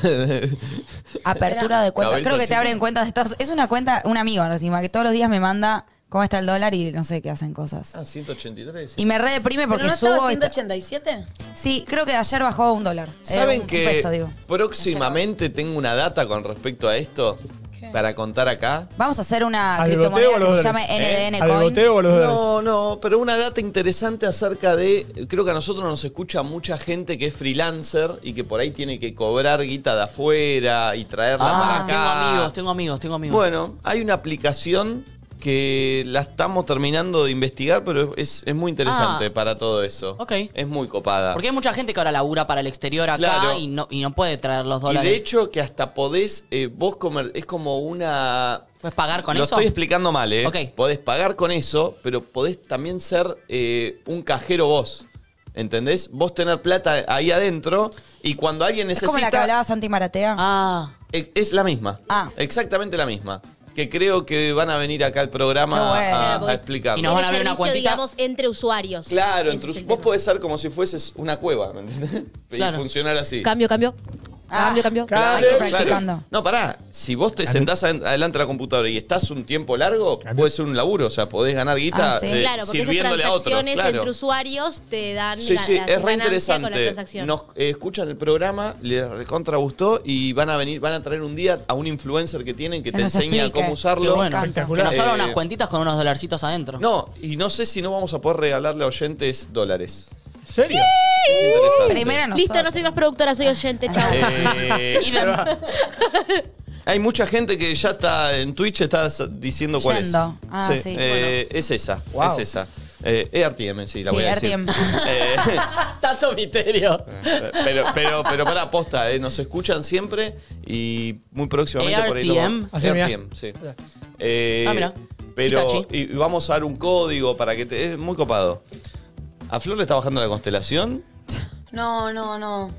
Speaker 2: Apertura de cuenta.
Speaker 1: Cabeza
Speaker 2: Creo que te
Speaker 1: chica.
Speaker 2: abren cuentas de Estados Es una cuenta, un amigo encima, que todos los días me manda cómo está el dólar y no sé qué hacen cosas.
Speaker 1: Ah, 183.
Speaker 2: Y eh, me re deprime porque
Speaker 14: ¿Pero no
Speaker 2: subo.
Speaker 14: estaba
Speaker 2: esta-
Speaker 14: 187?
Speaker 2: Sí, creo que ayer bajó un dólar. Eh,
Speaker 1: ¿Saben
Speaker 2: un- un
Speaker 1: que
Speaker 2: peso, digo.
Speaker 1: próximamente tengo una data con respecto a esto para contar acá?
Speaker 2: Vamos a hacer una
Speaker 1: ¿Al
Speaker 2: Ah, criptomoneda
Speaker 1: boteo o
Speaker 2: que
Speaker 1: a los
Speaker 2: se llame
Speaker 1: dólares?
Speaker 2: NDN
Speaker 1: ¿Eh?
Speaker 2: Coin.
Speaker 1: No, no, pero una data interesante acerca de. Creo que a nosotros nos escucha mucha gente que es freelancer y que por ahí tiene que cobrar guita de afuera y traerla para
Speaker 4: Ah, tengo
Speaker 1: acá.
Speaker 4: amigos, tengo amigos, tengo amigos.
Speaker 1: Bueno, hay una aplicación que la estamos terminando de investigar, pero es, es muy interesante
Speaker 4: Ah.
Speaker 1: para todo eso.
Speaker 4: Ok.
Speaker 1: Es muy copada.
Speaker 4: Porque hay mucha gente que ahora labura para el exterior acá
Speaker 1: Claro.
Speaker 4: y, no, y no puede traer los
Speaker 1: Y
Speaker 4: dólares.
Speaker 1: de hecho que hasta podés, eh, vos comer, es como una...
Speaker 4: ¿Puedes pagar con
Speaker 1: Lo
Speaker 4: eso?
Speaker 1: estoy explicando mal, ¿eh?
Speaker 4: Ok.
Speaker 1: Podés pagar con eso, pero podés también ser eh, un cajero vos. ¿Entendés? Vos tener plata ahí adentro y cuando alguien
Speaker 2: Es
Speaker 1: necesita...
Speaker 2: como la que hablaba Santi Maratea.
Speaker 4: Ah.
Speaker 1: Es, es la misma.
Speaker 2: Ah.
Speaker 1: Exactamente la misma. Que creo que van a venir acá al programa
Speaker 7: Qué bueno.
Speaker 1: a-
Speaker 7: Claro,
Speaker 1: a,
Speaker 7: porque-
Speaker 1: explicar.
Speaker 7: El servicio, digamos, entre usuarios.
Speaker 1: Claro,
Speaker 7: Ese
Speaker 1: entre-
Speaker 7: es el
Speaker 1: vos podés ser como si fueses una cueva, ¿me entendés?
Speaker 7: Claro.
Speaker 1: Y funcionar así.
Speaker 7: tema. Cambio, cambio.
Speaker 2: Ah.
Speaker 7: Cambio, cambio.
Speaker 1: Claro,
Speaker 7: Hay que
Speaker 1: claro.
Speaker 7: practicando.
Speaker 1: No, pará. Si vos te sentás ad- adelante de la computadora y estás un tiempo largo, puede ser un laburo. O sea, podés ganar guita eh,
Speaker 7: claro, porque esas
Speaker 1: sirviéndole a otros.
Speaker 7: transacciones
Speaker 1: Claro.
Speaker 7: entre usuarios te dan
Speaker 1: Sí,
Speaker 7: la,
Speaker 1: sí,
Speaker 7: la
Speaker 1: es re
Speaker 7: ganancia con la
Speaker 1: interesante.
Speaker 7: transacción.
Speaker 1: Nos eh, escuchan el programa, les recontra gustó y van a venir, van a traer un día a un influencer que tienen que,
Speaker 4: Que
Speaker 1: te
Speaker 4: nos
Speaker 1: enseña
Speaker 4: explique.
Speaker 1: cómo usarlo.
Speaker 4: Qué bueno. Que nos abra
Speaker 1: Eh,
Speaker 4: unas cuentitas con unos dolarcitos adentro.
Speaker 1: No, y no sé si no vamos a poder regalarle a oyentes dólares. ¿En serio?
Speaker 7: Primero Listo, no soy más productora, soy oyente, chau.
Speaker 1: Eh, Hay mucha gente que ya está en Twitch, está s- diciendo cuál
Speaker 2: Yendo.
Speaker 1: es.
Speaker 2: Ah, sí,
Speaker 1: eh, Es esa,
Speaker 2: Wow.
Speaker 1: es esa. Eh, es RTM, sí, la
Speaker 2: Sí,
Speaker 1: voy a decir.
Speaker 2: RTM.
Speaker 1: Eh,
Speaker 4: Tanto misterio.
Speaker 1: pero, pero, pero para posta, eh, nos escuchan siempre y muy próximamente por ahí. lo
Speaker 4: ARTM.
Speaker 1: vamos-
Speaker 4: Así, mirá.
Speaker 1: ARTM, sí. Eh,
Speaker 4: Ah, mirá.
Speaker 1: Pero
Speaker 4: Hitachi.
Speaker 1: y y vamos a dar un código para que te. Es muy copado. ¿A Flor le está bajando la constelación?
Speaker 14: No, no, no.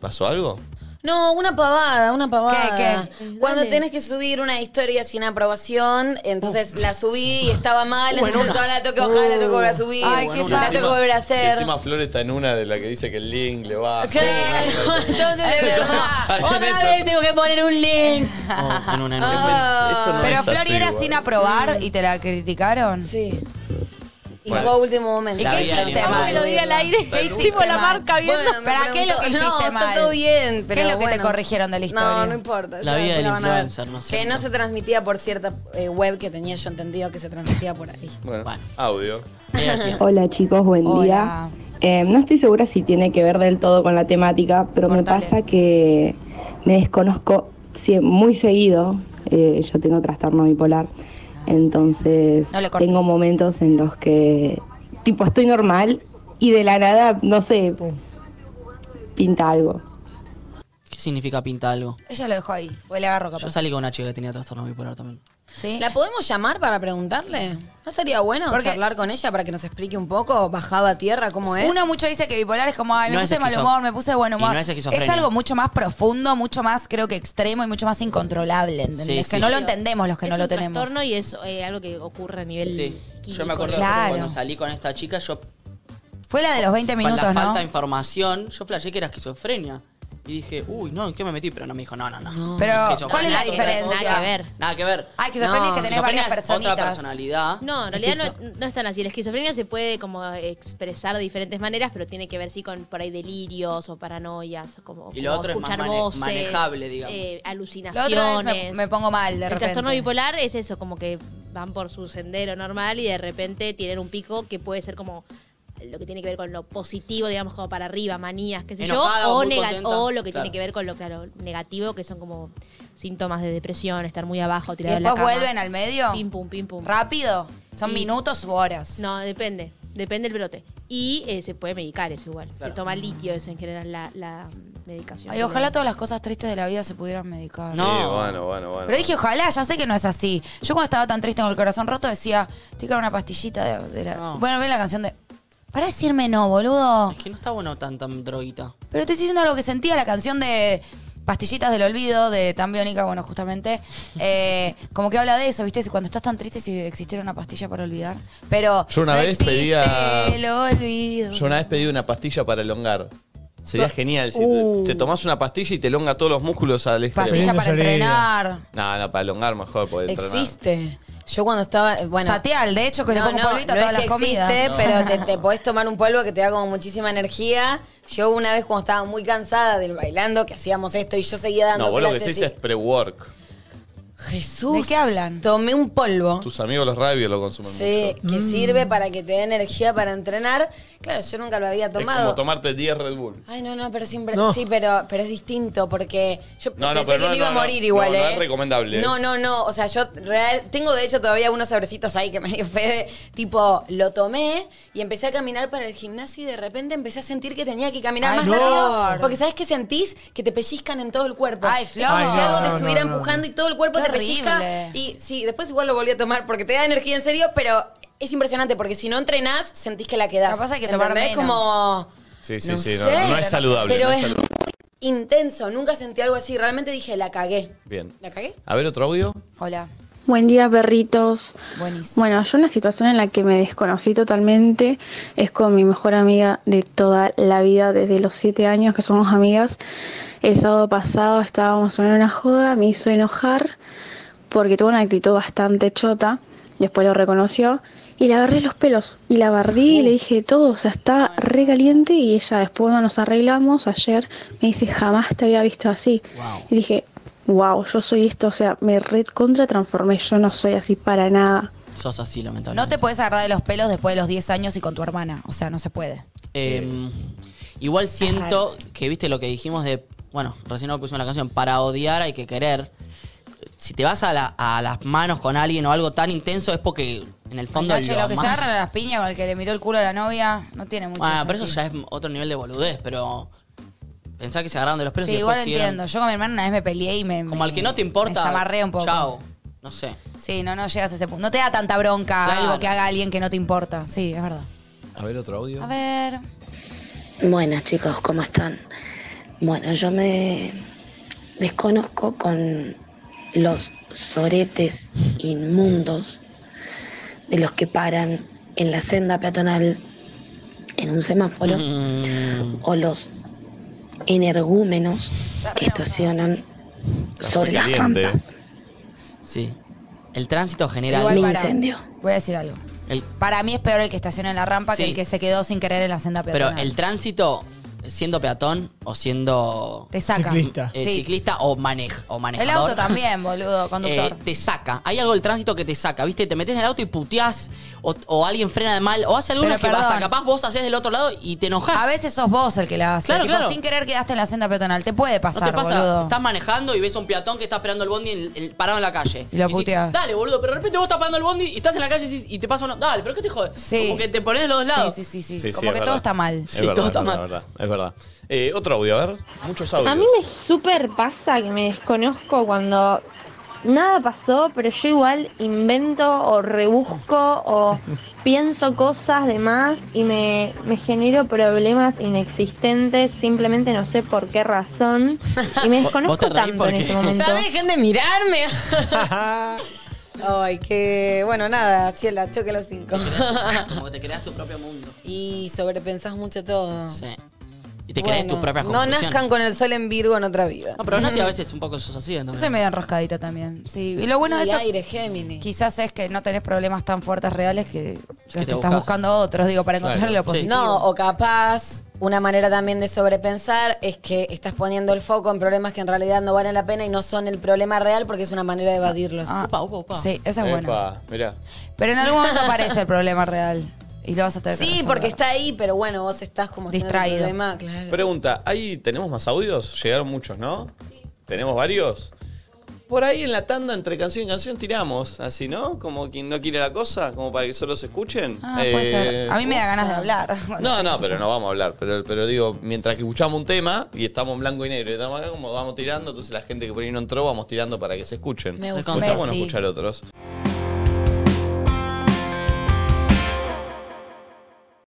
Speaker 1: ¿Pasó algo?
Speaker 14: No, una pavada, una pavada.
Speaker 2: ¿Qué,
Speaker 14: Cuando tenés que subir una historia sin aprobación, entonces la subí y estaba mal,
Speaker 2: Uh, en
Speaker 14: entonces
Speaker 2: una.
Speaker 14: ahora la tengo que bajar, la tengo que volver a
Speaker 2: Uh,
Speaker 14: subir.
Speaker 2: ay,
Speaker 1: qué
Speaker 14: La
Speaker 1: paja.
Speaker 14: tengo que volver a
Speaker 1: Y
Speaker 14: hacer.
Speaker 1: encima Flor está en una de la que dice que el link le va a hacer.
Speaker 14: Claro, entonces de verdad. Otra vez tengo que poner un link.
Speaker 4: Oh, en una,
Speaker 14: Ah.
Speaker 1: Eso no
Speaker 2: Pero
Speaker 1: es
Speaker 2: Flor
Speaker 1: así,
Speaker 2: era
Speaker 1: igual.
Speaker 2: sin aprobar y te la criticaron.
Speaker 14: Sí. Y
Speaker 1: Bueno.
Speaker 14: fue a último momento.
Speaker 2: ¿Y qué hiciste mal?
Speaker 14: ¿Qué hicimos la marca bien? Bueno, me
Speaker 2: ¿Para qué es lo que
Speaker 14: preguntó-
Speaker 2: hiciste
Speaker 14: no, está
Speaker 2: mal?
Speaker 14: todo bien,
Speaker 2: ¿Qué es
Speaker 14: pero
Speaker 2: lo que te
Speaker 14: bueno.
Speaker 2: corrigieron de la historia?
Speaker 14: No, no importa.
Speaker 4: La
Speaker 14: ya
Speaker 4: vida
Speaker 14: me
Speaker 4: del
Speaker 14: la van a ver.
Speaker 4: influencer, no sé.
Speaker 14: Que no se transmitía por cierta eh, web que tenía yo entendido que se transmitía por ahí.
Speaker 1: Bueno, audio.
Speaker 6: Hola chicos, buen día. Eh, no estoy segura si tiene que ver del todo con la temática, pero me pasa que me desconozco sie- muy seguido. Eh, yo tengo trastorno bipolar, entonces
Speaker 2: No le cortes.
Speaker 6: tengo momentos en los que tipo estoy normal
Speaker 15: y de la nada, no sé, pinta algo.
Speaker 4: ¿Qué significa pinta algo?
Speaker 2: Ella lo dejó ahí. O le agarro capaz.
Speaker 4: Yo salí con una chica que tenía trastorno bipolar también.
Speaker 2: ¿Eh?
Speaker 5: ¿La podemos llamar para preguntarle? ¿No estaría bueno charlar con ella para que nos explique un poco, bajado a tierra, cómo es?
Speaker 2: Uno mucho dice que bipolar es como, ay, me
Speaker 5: No es
Speaker 2: puse de mal
Speaker 5: esquizo-
Speaker 2: humor, me puse de buen
Speaker 5: y
Speaker 2: humor.
Speaker 5: no es esquizofrenia.
Speaker 2: algo mucho más profundo, mucho más, creo que extremo y mucho más incontrolable, ¿entendés?
Speaker 4: Sí,
Speaker 2: que
Speaker 4: sí.
Speaker 2: no lo entendemos los que
Speaker 7: es
Speaker 2: no
Speaker 7: un
Speaker 2: lo tenemos.
Speaker 7: trastorno y es eh, algo que ocurre a nivel químico.
Speaker 4: Yo me acuerdo
Speaker 2: Claro.
Speaker 4: que cuando salí con esta chica, yo
Speaker 2: Fue la de los 20
Speaker 4: con la
Speaker 2: minutos,
Speaker 4: falta
Speaker 2: ¿no?
Speaker 4: de información, yo flashé que era esquizofrenia. Y dije, uy, no, ¿en qué me metí? Pero no me dijo, no, no, no.
Speaker 2: Pero,
Speaker 4: Esquizofrenia
Speaker 2: ¿cuál es la
Speaker 4: otra
Speaker 2: diferencia?
Speaker 4: cosa.
Speaker 2: Nada que ver.
Speaker 4: Nada que ver.
Speaker 2: Ah, esquizofrenia es que tenés
Speaker 4: Esquizofrenia es
Speaker 2: varias
Speaker 4: otra
Speaker 2: personitas.
Speaker 4: personalidad.
Speaker 7: No, en realidad no, no es tan así. La esquizofrenia se puede como expresar de diferentes maneras, pero tiene que ver sí con por ahí delirios o paranoias, como,
Speaker 4: Y lo
Speaker 7: como
Speaker 4: otro es más
Speaker 7: escuchar
Speaker 4: mane-
Speaker 7: voces,
Speaker 4: manejable, digamos.
Speaker 7: eh,
Speaker 2: Lo
Speaker 7: alucinaciones.
Speaker 2: otro es me, me pongo mal de
Speaker 7: el
Speaker 2: repente.
Speaker 7: trastorno bipolar es eso, como que van por su sendero normal y de repente tienen un pico que puede ser como lo que tiene que ver con lo positivo, digamos, como para arriba, manías, qué sé
Speaker 16: Enojada
Speaker 7: yo,
Speaker 16: o
Speaker 7: o,
Speaker 16: muy
Speaker 7: nega-
Speaker 16: contenta.
Speaker 7: o lo que
Speaker 16: Claro.
Speaker 7: tiene que ver con lo claro, negativo, que son como síntomas de depresión, estar muy abajo,
Speaker 2: ¿Y
Speaker 7: tirado en la
Speaker 2: después
Speaker 7: cama.
Speaker 2: vuelven al medio?
Speaker 7: Pim, pum, pim, pum.
Speaker 2: ¿Rápido? ¿Son
Speaker 7: Y-
Speaker 2: minutos u horas?
Speaker 7: No, depende. Depende del brote. Y eh, se puede medicar eso igual. Se toma litio, es en general la, la medicación.
Speaker 2: Ay, ojalá todas las cosas tristes de la vida se pudieran medicar.
Speaker 1: Sí, bueno, bueno, bueno.
Speaker 2: Pero dije, ojalá, ya sé que no es así. Yo cuando estaba tan triste con el corazón roto decía, estoy con una pastillita de, de la... Bueno, ven la canción de... Para decirme no, boludo.
Speaker 4: Es que no está bueno tan, tan droguita.
Speaker 2: Pero te estoy diciendo lo que sentía la canción de Pastillitas del Olvido, de Tan Biónica, bueno, justamente. Eh, como que habla de eso, ¿viste? Si Cuando estás tan triste, si existiera una pastilla para olvidar. Pero...
Speaker 1: Yo una
Speaker 2: no
Speaker 1: vez
Speaker 2: existe
Speaker 1: pedía-
Speaker 2: el olvido.
Speaker 1: Yo una vez pedí una pastilla para elongar. Sería genial si
Speaker 2: Uh.
Speaker 1: te, te tomás una pastilla y te elonga todos los músculos al extremo.
Speaker 2: Pastilla para entrenar.
Speaker 1: No, no, para elongar mejor, porque
Speaker 5: Existe. Yo cuando estaba, eh, bueno...
Speaker 2: Satial, de hecho, que le pongo polvito a
Speaker 5: no
Speaker 2: todas
Speaker 5: es
Speaker 2: las
Speaker 5: que
Speaker 2: comidas.
Speaker 5: Existe,
Speaker 2: No.
Speaker 5: pero te, te podés tomar un polvo que te da como muchísima energía. Yo una vez cuando estaba muy cansada del bailando, que hacíamos esto y yo seguía
Speaker 1: entrenar.
Speaker 5: dando
Speaker 1: No, vos lo que
Speaker 5: clases
Speaker 1: decís
Speaker 5: y-
Speaker 1: es pre-work.
Speaker 5: Jesús. ¿De qué hablan? Tomé un polvo.
Speaker 1: Tus amigos los rabios lo consumen
Speaker 5: Sí, que
Speaker 2: Mm.
Speaker 5: sirve para que te dé energía para entrenar. Claro, yo nunca lo había
Speaker 1: mucho. Es como
Speaker 5: tomado.
Speaker 1: tomarte 10 Red Bull.
Speaker 5: Ay, no, no, pero siempre.
Speaker 1: No.
Speaker 5: Sí, pero, pero es distinto porque yo
Speaker 1: No, no,
Speaker 5: pensé
Speaker 1: pero
Speaker 5: que
Speaker 1: no,
Speaker 5: me iba
Speaker 1: no,
Speaker 5: a
Speaker 1: no.
Speaker 5: morir
Speaker 1: No,
Speaker 5: igual,
Speaker 1: no
Speaker 5: ¿eh?
Speaker 1: es recomendable, ¿eh?
Speaker 5: No, no, no. O sea, yo real, tengo de hecho todavía unos sobrecitos ahí que me dio Fede. Tipo, lo tomé y empecé a caminar para el gimnasio y de repente empecé a sentir que tenía que caminar
Speaker 2: Ay,
Speaker 5: más
Speaker 2: no.
Speaker 5: rápido. Porque ¿sabes qué sentís? Que te pellizcan en todo el cuerpo. Ay,
Speaker 2: Flor.
Speaker 5: Como
Speaker 2: Ay,
Speaker 5: si
Speaker 2: no,
Speaker 5: algo te
Speaker 2: no,
Speaker 5: estuviera
Speaker 2: no, no.
Speaker 5: empujando y todo el cuerpo
Speaker 2: Qué
Speaker 5: te pellizca.
Speaker 2: horrible.
Speaker 5: Y sí, después igual lo volví a tomar porque te da energía en serio, pero es impresionante porque si no entrenás, sentís que la quedás.
Speaker 2: Capaz hay que tomar
Speaker 5: ¿Entendés?
Speaker 2: menos.
Speaker 5: como
Speaker 1: Sí, sí,
Speaker 5: No
Speaker 1: sí.
Speaker 5: sé.
Speaker 1: No, no es saludable.
Speaker 5: Pero
Speaker 1: no es
Speaker 5: es-
Speaker 1: saludable.
Speaker 5: intenso, nunca sentí algo así. Realmente dije, la cagué.
Speaker 1: Bien.
Speaker 5: ¿La cagué?
Speaker 1: A ver, otro audio.
Speaker 2: Hola.
Speaker 17: Buen día, perritos. Bueno, yo una situación en la que me desconocí totalmente es con mi mejor amiga de toda la vida, desde los siete años que somos amigas. El sábado pasado estábamos en una joda, me hizo enojar porque tuvo una actitud bastante chota, después lo reconoció, y le agarré los pelos y la bardí y le dije todo, o sea, está re caliente y ella después cuando nos arreglamos ayer me dice, jamás te había visto así. Y dije, wow, yo soy esto, o sea, me red contra transformé, yo no soy así para nada.
Speaker 4: Sos así, lamentablemente.
Speaker 2: No te puedes agarrar de los pelos después de los 10 años y con tu hermana. O sea, no se puede.
Speaker 4: Eh, igual siento que, viste, lo que dijimos de. Bueno, recién no pusimos la canción. Para odiar hay que querer. Si te vas a, la- a las manos con alguien o algo tan intenso es porque en el fondo.
Speaker 2: Ay, Nacho,
Speaker 4: lo
Speaker 2: lo que se
Speaker 4: amás.
Speaker 2: agarran a las piñas con el que le miró el culo a la novia, no tiene mucho
Speaker 4: Ah, pero eso
Speaker 2: sentido.
Speaker 4: ya es otro nivel de boludez, pero. Pensá que se agarraron de los pelos
Speaker 2: Sí,
Speaker 4: y después
Speaker 2: igual
Speaker 4: siguieron-
Speaker 2: entiendo. Yo con mi hermana una vez me peleé y me.
Speaker 4: Como al que no te importa.
Speaker 2: Me zamarré un poco.
Speaker 4: Chao. No sé.
Speaker 2: Sí, no, no llegas a ese punto. No te da tanta bronca
Speaker 4: Claro.
Speaker 2: algo que haga alguien que no te importa. Sí, es verdad.
Speaker 1: A ver, otro audio.
Speaker 2: A ver.
Speaker 6: Buenas chicos, ¿cómo están? Bueno, yo me desconozco con los soretes inmundos de los que paran en la senda peatonal, en un semáforo, o los energúmenos que estacionan sobre las rampas.
Speaker 4: Sí. El tránsito genera.
Speaker 2: Igual
Speaker 4: un
Speaker 2: para- Voy a decir algo.
Speaker 4: El-
Speaker 2: Para mí es peor el que estaciona en la rampa que
Speaker 4: Sí.
Speaker 2: el que se quedó sin querer en la senda
Speaker 4: pero
Speaker 2: peatonal.
Speaker 4: el tránsito, siendo peatón, o siendo
Speaker 2: Te saca. Ciclista.
Speaker 4: Eh,
Speaker 2: Sí.
Speaker 4: ciclista o, manej- o manejador.
Speaker 2: El auto también, boludo, conductor.
Speaker 4: Eh, te saca. Hay algo del tránsito que te saca, ¿viste? Te metes en el auto y puteás, o, o alguien frena de mal, o hace alguna
Speaker 2: Pero
Speaker 4: que basta.
Speaker 2: perdón.
Speaker 4: Capaz vos hacés del otro lado y te enojás.
Speaker 2: A veces sos vos el que la hace.
Speaker 4: Claro,
Speaker 2: tipo,
Speaker 4: claro.
Speaker 2: Sin querer quedaste en la senda peatonal. Te puede
Speaker 4: No
Speaker 2: pasar,
Speaker 4: te pasa,
Speaker 2: boludo.
Speaker 4: estás manejando y ves a un peatón que está esperando el bondi en- en- parado en la calle.
Speaker 2: Y lo
Speaker 4: decís,
Speaker 2: puteás.
Speaker 4: Dale, boludo, pero de repente vos estás parando el bondi y estás en la calle y, decís- y te pasa uno. Dale, pero ¿qué te jode? Como que te pones de los dos lados.
Speaker 2: Sí, sí, sí.
Speaker 1: Sí, sí,
Speaker 2: Como
Speaker 1: es
Speaker 2: que todo
Speaker 1: verdad.
Speaker 2: está mal.
Speaker 1: Es verdad, es verdad, Es verdad. Eh, otro audio, a ver. Muchos audios.
Speaker 6: A mí me súper pasa que me desconozco cuando nada pasó, pero yo igual invento o rebusco o pienso cosas de más y me, me genero problemas inexistentes, simplemente no sé por qué razón. Y me
Speaker 5: Vos- vos te
Speaker 6: desconozco
Speaker 5: reís
Speaker 6: tanto en
Speaker 5: porque-
Speaker 6: ese momento.
Speaker 5: Ya dejen de mirarme. Ay, que bueno, nada, Ciela, choque los cinco.
Speaker 4: Como que te creas tu propio mundo.
Speaker 5: y sobrepensás mucho todo.
Speaker 4: Sí. Y te crees
Speaker 5: Bueno,
Speaker 4: tus propias
Speaker 5: No
Speaker 4: conclusiones.
Speaker 5: nazcan con el sol en Virgo en otra vida.
Speaker 4: No, pero Nati a veces un poco sos así,
Speaker 2: Yo
Speaker 4: entonces.
Speaker 2: soy medio enroscadita también. Sí. Y lo bueno de
Speaker 5: Y
Speaker 2: eso.
Speaker 5: aire, Géminis.
Speaker 2: Quizás es que no tenés problemas tan fuertes reales que te,
Speaker 5: te
Speaker 2: estás
Speaker 5: buscas.
Speaker 2: buscando otros, digo, para encontrar lo positivo.
Speaker 5: No, o capaz, una manera también de sobrepensar es que estás poniendo el foco en problemas que en realidad no valen la pena y no son el problema real porque es una manera de evadirlos.
Speaker 2: Ah.
Speaker 4: Ah,
Speaker 2: Sí, esa es buena.
Speaker 1: Epa, mirá.
Speaker 2: Pero en algún momento aparece el problema real. Y lo vas a tener que
Speaker 5: Sí,
Speaker 2: resolver.
Speaker 5: porque está ahí, pero bueno, vos estás como siendo el
Speaker 2: Distraído.
Speaker 5: problema, claro.
Speaker 1: Pregunta, ¿ahí tenemos más audios? Llegaron muchos, ¿no? ¿Tenemos varios? Por ahí en la tanda entre canción y canción tiramos, así, ¿no? Como quien no quiere la cosa, como para que solo se escuchen.
Speaker 2: Ah, puede
Speaker 1: Eh,
Speaker 2: ser. A mí me da ganas de hablar.
Speaker 1: No, no, pero no vamos a hablar. Pero, pero digo, mientras que escuchamos un tema y estamos en blanco y negro y estamos acá, como vamos tirando, entonces la gente que por ahí no entró, vamos tirando para que se escuchen.
Speaker 2: Me gusta.
Speaker 1: Pues Está bueno
Speaker 2: Messi.
Speaker 1: escuchar otros.